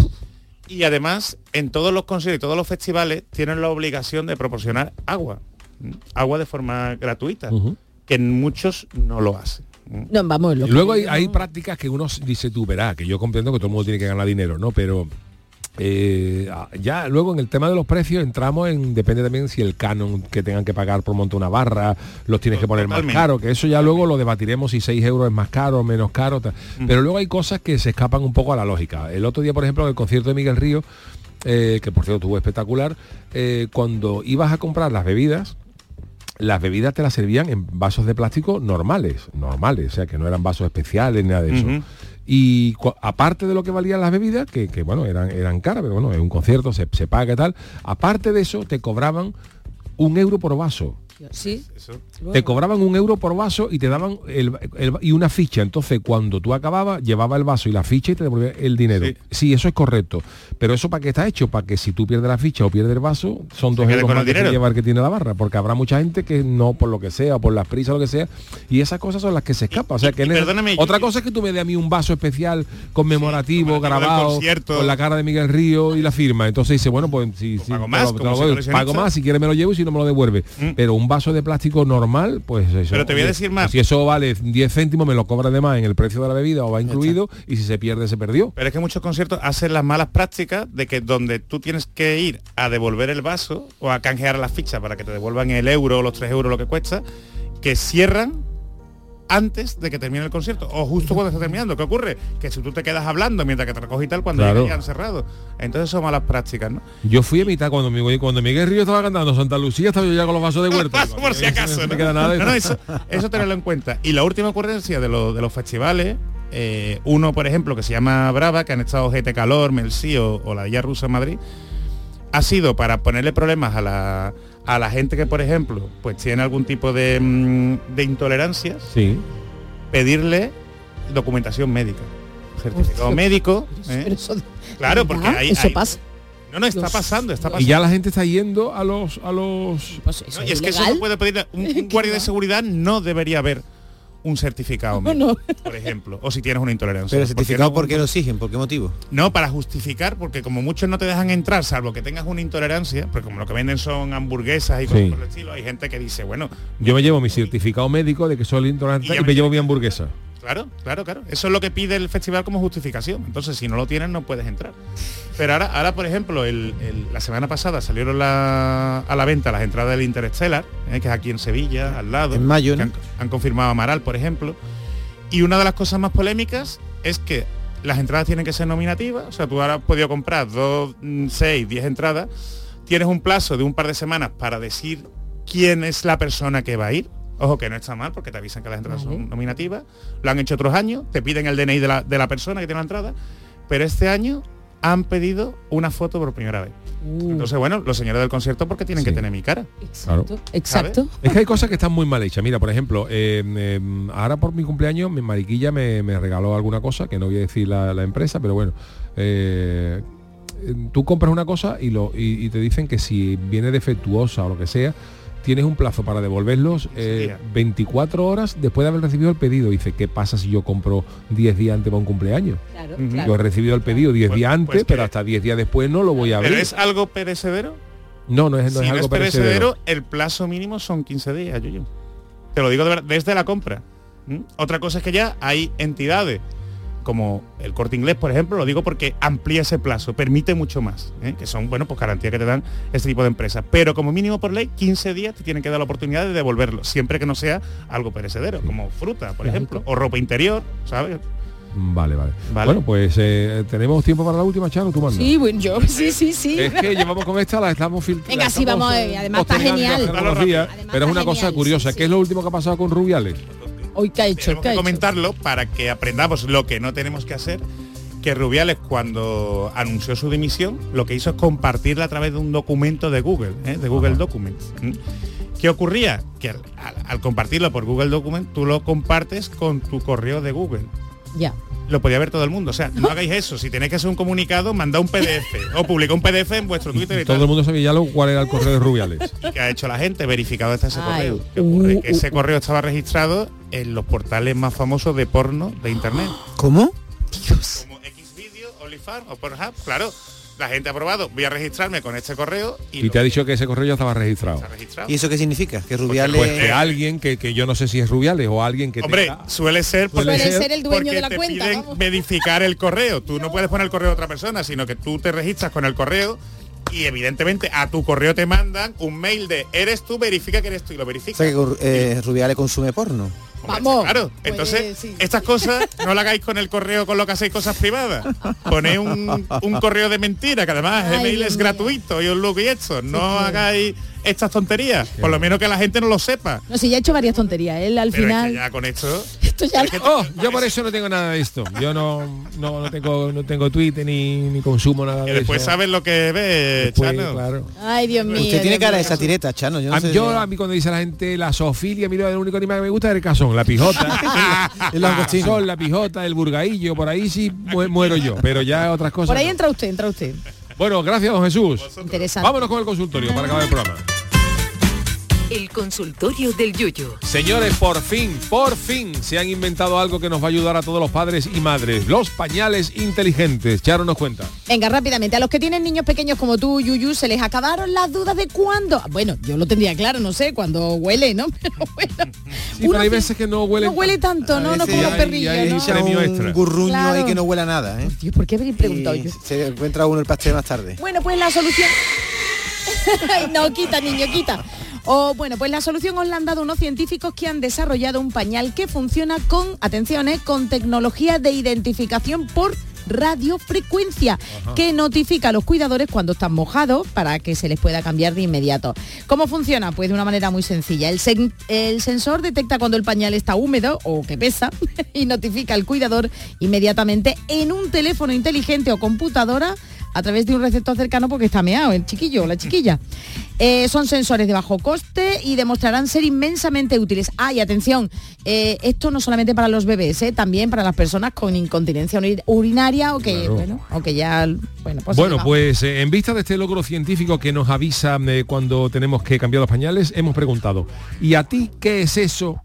Y además, en todos los conciertos y todos los festivales tienen la obligación de proporcionar agua. ¿eh? Agua de forma gratuita, que en muchos no lo hacen. ¿eh?
No, vamos, lo que-
Luego hay, hay prácticas que uno dice, tú verás, que yo comprendo que todo el mundo tiene que ganar dinero, ¿no? Pero eh, ya luego en el tema de los precios entramos en, depende también si el canon que tengan que pagar por montar una barra, los tienes que poner más
Totalmente.
caro, que eso ya luego lo debatiremos si 6 euros es más caro o menos caro. tal.
Mm.
Pero luego hay cosas que se escapan un poco a la lógica. El otro día, por ejemplo, en el concierto de Miguel Río, eh, que por cierto estuvo espectacular, eh, cuando ibas a comprar las bebidas, las bebidas te las servían en vasos de plástico normales, normales, o sea que no eran vasos especiales, nada de eso.
Ujú.
Y cua- aparte de lo que valían las bebidas, que, que, bueno, eran, eran caras, pero bueno, es un concierto, se, se paga y tal, aparte de eso te cobraban un euro por vaso.
Sí.
Te cobraban un euro por vaso y te daban el, el- y una ficha. Entonces, cuando tú acababas, llevaba el vaso y la ficha y te devolvía el dinero. Sí, eso es correcto. Pero eso para qué está hecho? Para que si tú pierdes la ficha o pierdes el vaso, son dos
quede
euros
con
más
el
que se
dinero.
lleva el que tiene la barra. Porque habrá mucha gente que no, por lo que sea, por las prisas, lo que sea. Y esas cosas son las que se escapan. O sea, que en esa- otra cosa es que tú me dé a mí un vaso especial conmemorativo,
del
grabado,
concierto.
con la cara de Miguel Río y la firma. Entonces dice, bueno, pues si, si-
pago
te
más,
lo- te
como
lo
soy
doy.
coleccionista.
pago más, si quiere me lo llevo y si no me lo devuelve. Pero un vaso de plástico normal, pues eso.
Mm. Pero te voy a
oye,
decir más.
Si eso vale 10 céntimos, me lo cobra de más en el precio de la bebida o va incluido y si se pierde, se perdió.
Pero es que muchos conciertos hacen las malas prácticas de que donde tú tienes que ir a devolver el vaso o a canjear las fichas para que te devuelvan el euro o los tres euros lo que cuesta, que cierran antes de que termine el concierto o justo cuando está terminando. ¿Qué ocurre? Que si tú te quedas hablando mientras que te recoges y tal, cuando
Claro.
llegan ya han cerrado. Entonces son malas prácticas, ¿no?
Yo fui a mitad cuando Miguel, cuando Miguel Río estaba cantando Santa Lucía, estaba yo ya con los vasos de huerta.
Paso por si acaso.
no
¿no?
queda nada de
No, no,
eso.
eso, eso tenerlo en cuenta. Y la última ocurrencia de, lo- de los festivales, eh, uno, por ejemplo, que se llama Brava, que han estado GT Calor, Melcí o, o la Villa Rusa en Madrid, ha sido para ponerle problemas a la, a la gente que, por ejemplo, pues tiene algún tipo de, mm, de intolerancias,
Sí.
pedirle documentación médica. Certificado
Hostia.
médico. ¿eh? Claro, porque
¿Verdad?
hay,
Eso
hay-
pasa.
No, no, está pasando, está pasando.
Y ya la gente está yendo a los... A los...
No, y es que eso
ilegal.
no puede pedir un, un guardia de seguridad no debería haber un certificado médico, por ejemplo o si tienes una intolerancia
Pero el
Porque
certificado,
no-
¿por qué lo exigen? ¿Por qué motivo?
no para justificar porque como muchos no te dejan entrar salvo que tengas una intolerancia porque como lo que venden son hamburguesas y cosas
Sí.
por el estilo hay gente que dice bueno
Yo me llevo mi certificado médico de que soy intolerante y, me llevo mi hamburguesa.
claro claro claro eso es lo que pide el festival como justificación entonces si no lo tienes no puedes entrar pero ahora ahora por ejemplo el- el- la semana pasada salieron la- a la venta las entradas del Interstellar eh, que es aquí en Sevilla al lado
En mayo,
que
¿no?
han, han confirmado a Amaral, por ejemplo. Y una de las cosas más polémicas es que las entradas tienen que ser nominativas, o sea, tú ahora has podido comprar dos, mm, seis, diez entradas, tienes un plazo de un par de semanas para decir quién es la persona que va a ir. Ojo que no está mal porque te avisan que las entradas son nominativas, lo han hecho otros años, te piden el DNI de la, de la persona que tiene la entrada, pero este año han pedido una foto por primera vez. Entonces, bueno, los señores del concierto porque tienen que tener mi cara.
Claro.
Exacto.
Es que hay cosas que están muy mal hechas. Mira, por ejemplo, eh, eh, ahora por mi cumpleaños mi mariquilla me, me regaló alguna cosa, que no voy a decir la, la empresa, pero bueno. eh, eh, tú compras una cosa y, lo, y, y te dicen que si viene defectuosa o lo que sea, tienes un plazo para devolverlos eh, 24 horas después de haber recibido el pedido. Dice, ¿qué pasa si yo compro 10 días antes para un cumpleaños?
Claro,
Ujú.
claro.
Yo he recibido el pedido 10
Pues-
días antes,
pues que-
pero hasta 10 días después no lo voy a abrir.
¿Pero es algo perecedero?
no, no es, no
si
es
no
algo
es perecedero,
perecedero.
el plazo mínimo son 15 días, Yuyu. Te lo digo de verdad, desde la compra. ¿Mm? Otra cosa es que ya hay entidades como el corte inglés, por ejemplo, lo digo porque amplía ese plazo, permite mucho más, ¿eh? que son, bueno, pues garantías que te dan este tipo de empresas. Pero como mínimo por ley, 15 días te tienen que dar la oportunidad de devolverlo, siempre que no sea algo perecedero, como fruta, por ejemplo, o ropa interior, ¿sabes?
Vale, vale. Bueno, pues eh, tenemos tiempo para la última, Charo, tú mandas.
Sí, bueno, yo, sí, sí, sí.
Es que llevamos con esta, la estamos filtrando.
Venga, sí, vamos, eh, además está genial.
pero es una cosa curiosa, ¿qué es lo último que ha pasado con Rubiales?
Hoy que ha hecho,
Tenemos que comentarlo para que aprendamos lo que no tenemos que hacer. Que Rubiales cuando anunció su dimisión, lo que hizo es compartirla a través de un documento de Google, ¿eh? de Google Documents. ¿m? ¿Qué ocurría? Que al, al- al compartirlo por Google Document, tú lo compartes con tu correo de Google.
Ya.
Lo podía ver todo el mundo. O sea, no hagáis eso. Si tenéis que hacer un comunicado, mandad un PDF o publica un PDF en vuestro Twitter y
Todo
tal.
el mundo sabía ya lo, cuál era el correo de Rubiales.
¿Y ¿Qué ha hecho la gente? Verificado está ese
Ay.
correo. ¿Qué ocurre?
Uh,
Que ese
uh,
correo estaba registrado en los portales más famosos de porno de internet.
¿Cómo?
Como Xvideo, OnlyFans o Pornhub, claro. La gente ha probado, voy a registrarme con este correo y
Y te ha dicho que ese correo ya estaba registrado.
registrado.
¿Y eso qué significa? Que Rubiales...
Pues que alguien, que, que yo no sé si es Rubiales o alguien que
Hombre,
tenga-
suele ser
Suele
porque-
ser
el dueño
porque
de la
te
cuenta,
piden verificar el correo. Tú no puedes poner el correo de otra persona, sino que tú te registras con el correo y evidentemente a tu correo te mandan un mail de eres tú, verifica que eres tú y lo
O
verifica.
sea, que eh, Rubiales consume porno.
Vamos. Claro, entonces estas cosas no las hagáis con el correo con lo que hacéis cosas privadas. Ponéis un, un correo de mentira, que además
Ay,
el mail
Dios
es
mío.
gratuito y un look y eso. No hagáis estas tonterías, por lo menos que la gente no lo sepa.
No, sí, ya he hecho varias tonterías. Él al
Pero es que
final.
ya con esto...
Esto ya lo-
Oh, yo por eso no tengo nada de esto. Yo no, no, no tengo no tengo Twitter ni, ni consumo nada de
Y después
eso.
sabes lo que ves,
Después,
Chano.
claro.
Ay, Dios mío.
Usted tiene
Dios
cara de
mío.
satireta, Chano. Yo, no
A-
sé
yo, a mí cuando dice la gente la zoofilia, mira, el único animal que me gusta es el cazón, la pijota, el
langostino.
sol, la pijota, el burgaillo, por ahí sí mu- muero yo, pero ya otras cosas.
Por ahí
no.
entra usted, entra usted.
Bueno, gracias, don Jesús.
Interesante.
Vámonos con el consultorio para acabar el programa.
El consultorio del Yuyo.
Señores, por fin, por fin se han inventado algo que nos va a ayudar a todos los padres y madres, los pañales inteligentes. Charo nos cuenta.
Venga, rápidamente. A los que tienen niños pequeños como tú, Yuyu, se les acabaron las dudas de cuándo. Bueno, yo lo tendría claro, no sé, cuando huele, ¿no? Pero bueno.
Sí, pero hay veces que no huele. Ah,
No huele tanto, no, no como los perrillos,
hay
¿no?
un premio extra.
Un gurruño
Claro.
ahí que no huela nada, ¿eh?
¿por qué habéis preguntado yo?
Se encuentra uno el pastel más tarde.
Bueno, pues la solución. Ay, no, quita, niño, quita. O bueno, pues la solución os la han dado unos científicos que han desarrollado un pañal que funciona con, atención, eh, con tecnología de identificación por radiofrecuencia que notifica a los cuidadores cuando están mojados para que se les pueda cambiar de inmediato. ¿Cómo funciona? Pues de una manera muy sencilla. El, sen- el sensor detecta cuando el pañal está húmedo o que pesa y notifica al cuidador inmediatamente en un teléfono inteligente o computadora a través de un receptor cercano porque está meado el chiquillo o la chiquilla. Eh, son sensores de bajo coste y demostrarán ser inmensamente útiles. Ah, y atención, eh, esto no solamente para los bebés, eh, también para las personas con incontinencia uri- urinaria o que,
Claro.
bueno, o que ya, bueno, pues,
bueno,
va.
pues eh, en vista de este logro científico que nos avisa eh, cuando tenemos que cambiar los pañales, hemos preguntado, ¿y a ti qué es eso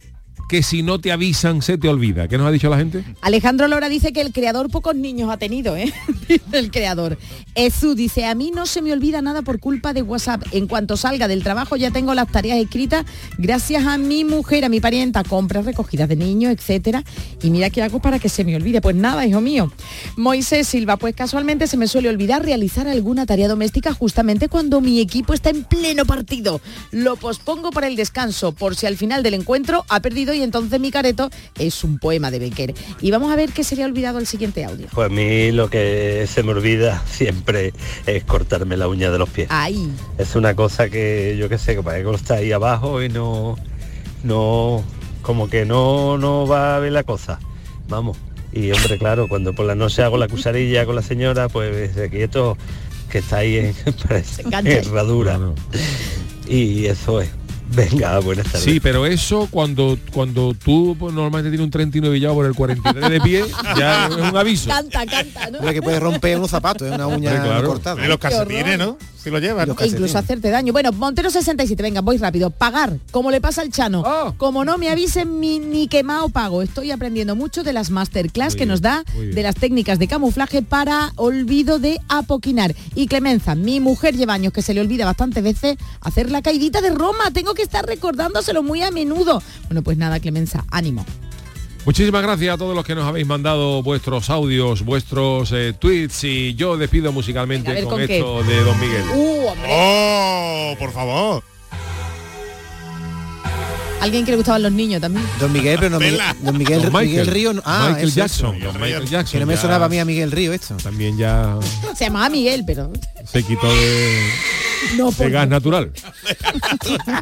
que si no te avisan se te olvida? ¿Qué nos ha dicho la gente?
Alejandro Lora dice que el creador pocos niños ha tenido, ¿eh? Dice el creador. Ezu dice, a mí no se me olvida nada por culpa de WhatsApp. En cuanto salga del trabajo ya tengo las tareas escritas gracias a mi mujer, a mi parienta, compras, recogidas de niños, etcétera. Y mira qué hago para que se me olvide. Pues nada, hijo mío. Moisés Silva, pues casualmente se me suele olvidar realizar alguna tarea doméstica justamente cuando mi equipo está en pleno partido. Lo pospongo para el descanso, por si al final del encuentro ha perdido y entonces mi careto es un poema de Becker. Y vamos a ver qué sería olvidado el siguiente audio.
Pues a mí lo que se me olvida siempre es cortarme la uña de los pies.
Ahí.
Es una cosa que yo qué sé, que parece que está ahí abajo y no, no, como que no, no va a ver la cosa. Vamos. Y hombre, claro, cuando por la noche hago la cucharilla con la señora, pues de quieto que está ahí en, parece
engancha.
herradura. Y eso es. Venga, buenas tardes.
Sí, pero eso cuando cuando tú pues, normalmente tienes un 39 ya por el 43 de pie, ya es un aviso.
Canta, canta, ¿no?
Mira que puede romper unos zapatos, ¿eh? una uña
Hombre, claro.
cortada.
Y los
Qué horror. calcetines,
¿no? Si lo llevan.
E incluso hacerte daño. Bueno, Montero 67, venga, voy rápido. Pagar, como le pasa al Chano.
Oh.
Como no me avisen mi- ni quemado pago. Estoy aprendiendo mucho de las masterclass
Muy
que
bien,
nos da,
muy bien.
de las técnicas de camuflaje para olvido de apoquinar. Y Clemenza, mi mujer lleva años que se le olvida bastantes veces hacer la caidita de Roma. Tengo que estar recordándoselo muy a menudo. Bueno, pues nada, Clemenza, ánimo.
Muchísimas gracias a todos los que nos habéis mandado vuestros audios, vuestros eh, tweets y yo despido musicalmente
Venga, a ver,
con,
¿con qué?
esto de Don Miguel.
Uh, hombre.
¡Oh, por favor!
Alguien que le gustaban los niños también.
Don Miguel, pero no Miguel, don Miguel,
Don Michael.
Miguel Río. no- Ah,
Michael
eso,
Jackson,
eso.
don Michael Jackson,
Que no me
ya.
sonaba a mí a Miguel Río esto.
También ya
Se llamaba Miguel, pero...
se quitó de,
No,
de
por-
gas natural.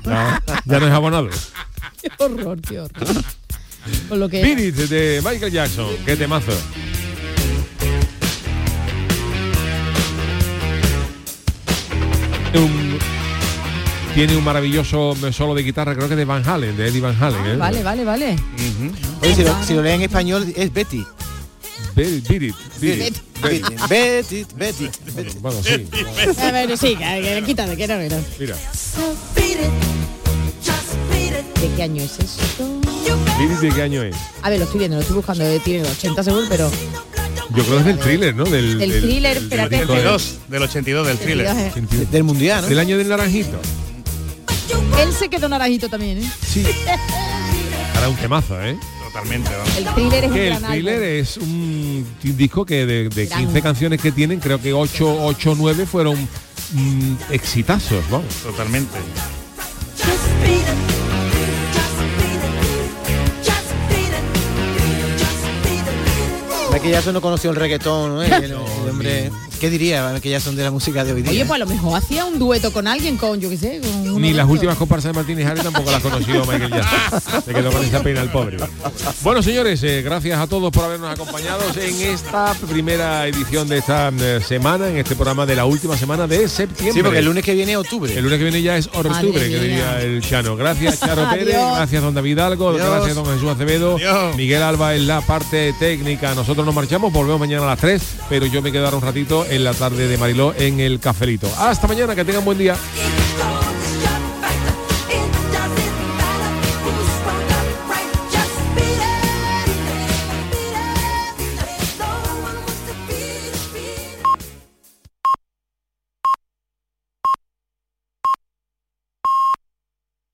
Ya, ya no es abonado.
Qué horror, qué horror. Por lo que...
Beat It de Michael Jackson, qué temazo. Un- tiene un maravilloso solo de guitarra, creo que de Van Halen, de Eddie Van Halen. ¿eh?
Ah, Vale, vale, vale.
Oye, si lo, si lo leen en español es Betty.
Be- Beat It, Beat It.
Betty, Betty, Betty.
Bueno, sí.
A ver, sí, que- que- quítate, que no, que no.
Mira,
¿De qué año es eso?
Beat It de qué año es.
A ver, lo estoy viendo, lo estoy buscando, eh, tiene 80 seguro, pero...
Yo creo que es del thriller, ¿no? Del,
Del thriller, espérate.
disco
Del 82, del 82 del thriller.
82, eh.
Del mundial,
Del año del naranjito.
Él se quedó naranjito también, ¿eh?
Sí. Hará un temazo, ¿eh?
Totalmente,
El thriller es un
Que el
gran
thriller
álbum.
es un t- disco que de, de
Gran.
15 canciones que tienen, creo que 8, 8 o 9 fueron mm, exitazos, vamos.
Totalmente.
que ya no conoció el reggaetón, ¿no? El- el- el hombre, ¿Qué diría que ya son de la música de hoy día?
Oye, pues a lo mejor hacía un dueto con alguien, con yo qué sé, con uno
Ni
de
las
estos.
últimas comparsas de Martínez Harris tampoco las conoció Michael Jackson. Se quedó con esa pena el pobre. Bueno, señores, eh, gracias a todos por habernos acompañado en esta primera edición de esta eh, semana, en este programa de la última semana de septiembre.
Sí, porque el lunes que viene es octubre.
El lunes que viene ya es
Madre
octubre, que
mía.
diría el Chano. Gracias, Charo
Adiós.
Pérez, gracias, don David Algo,
Adiós.
gracias, don Jesús Acevedo, Miguel Alba en la parte técnica. Nosotros nos marchamos, volvemos mañana a las 3, pero yo me quedaré un ratito en la tarde de Mariló en el cafelito. Hasta mañana, que tengan buen día.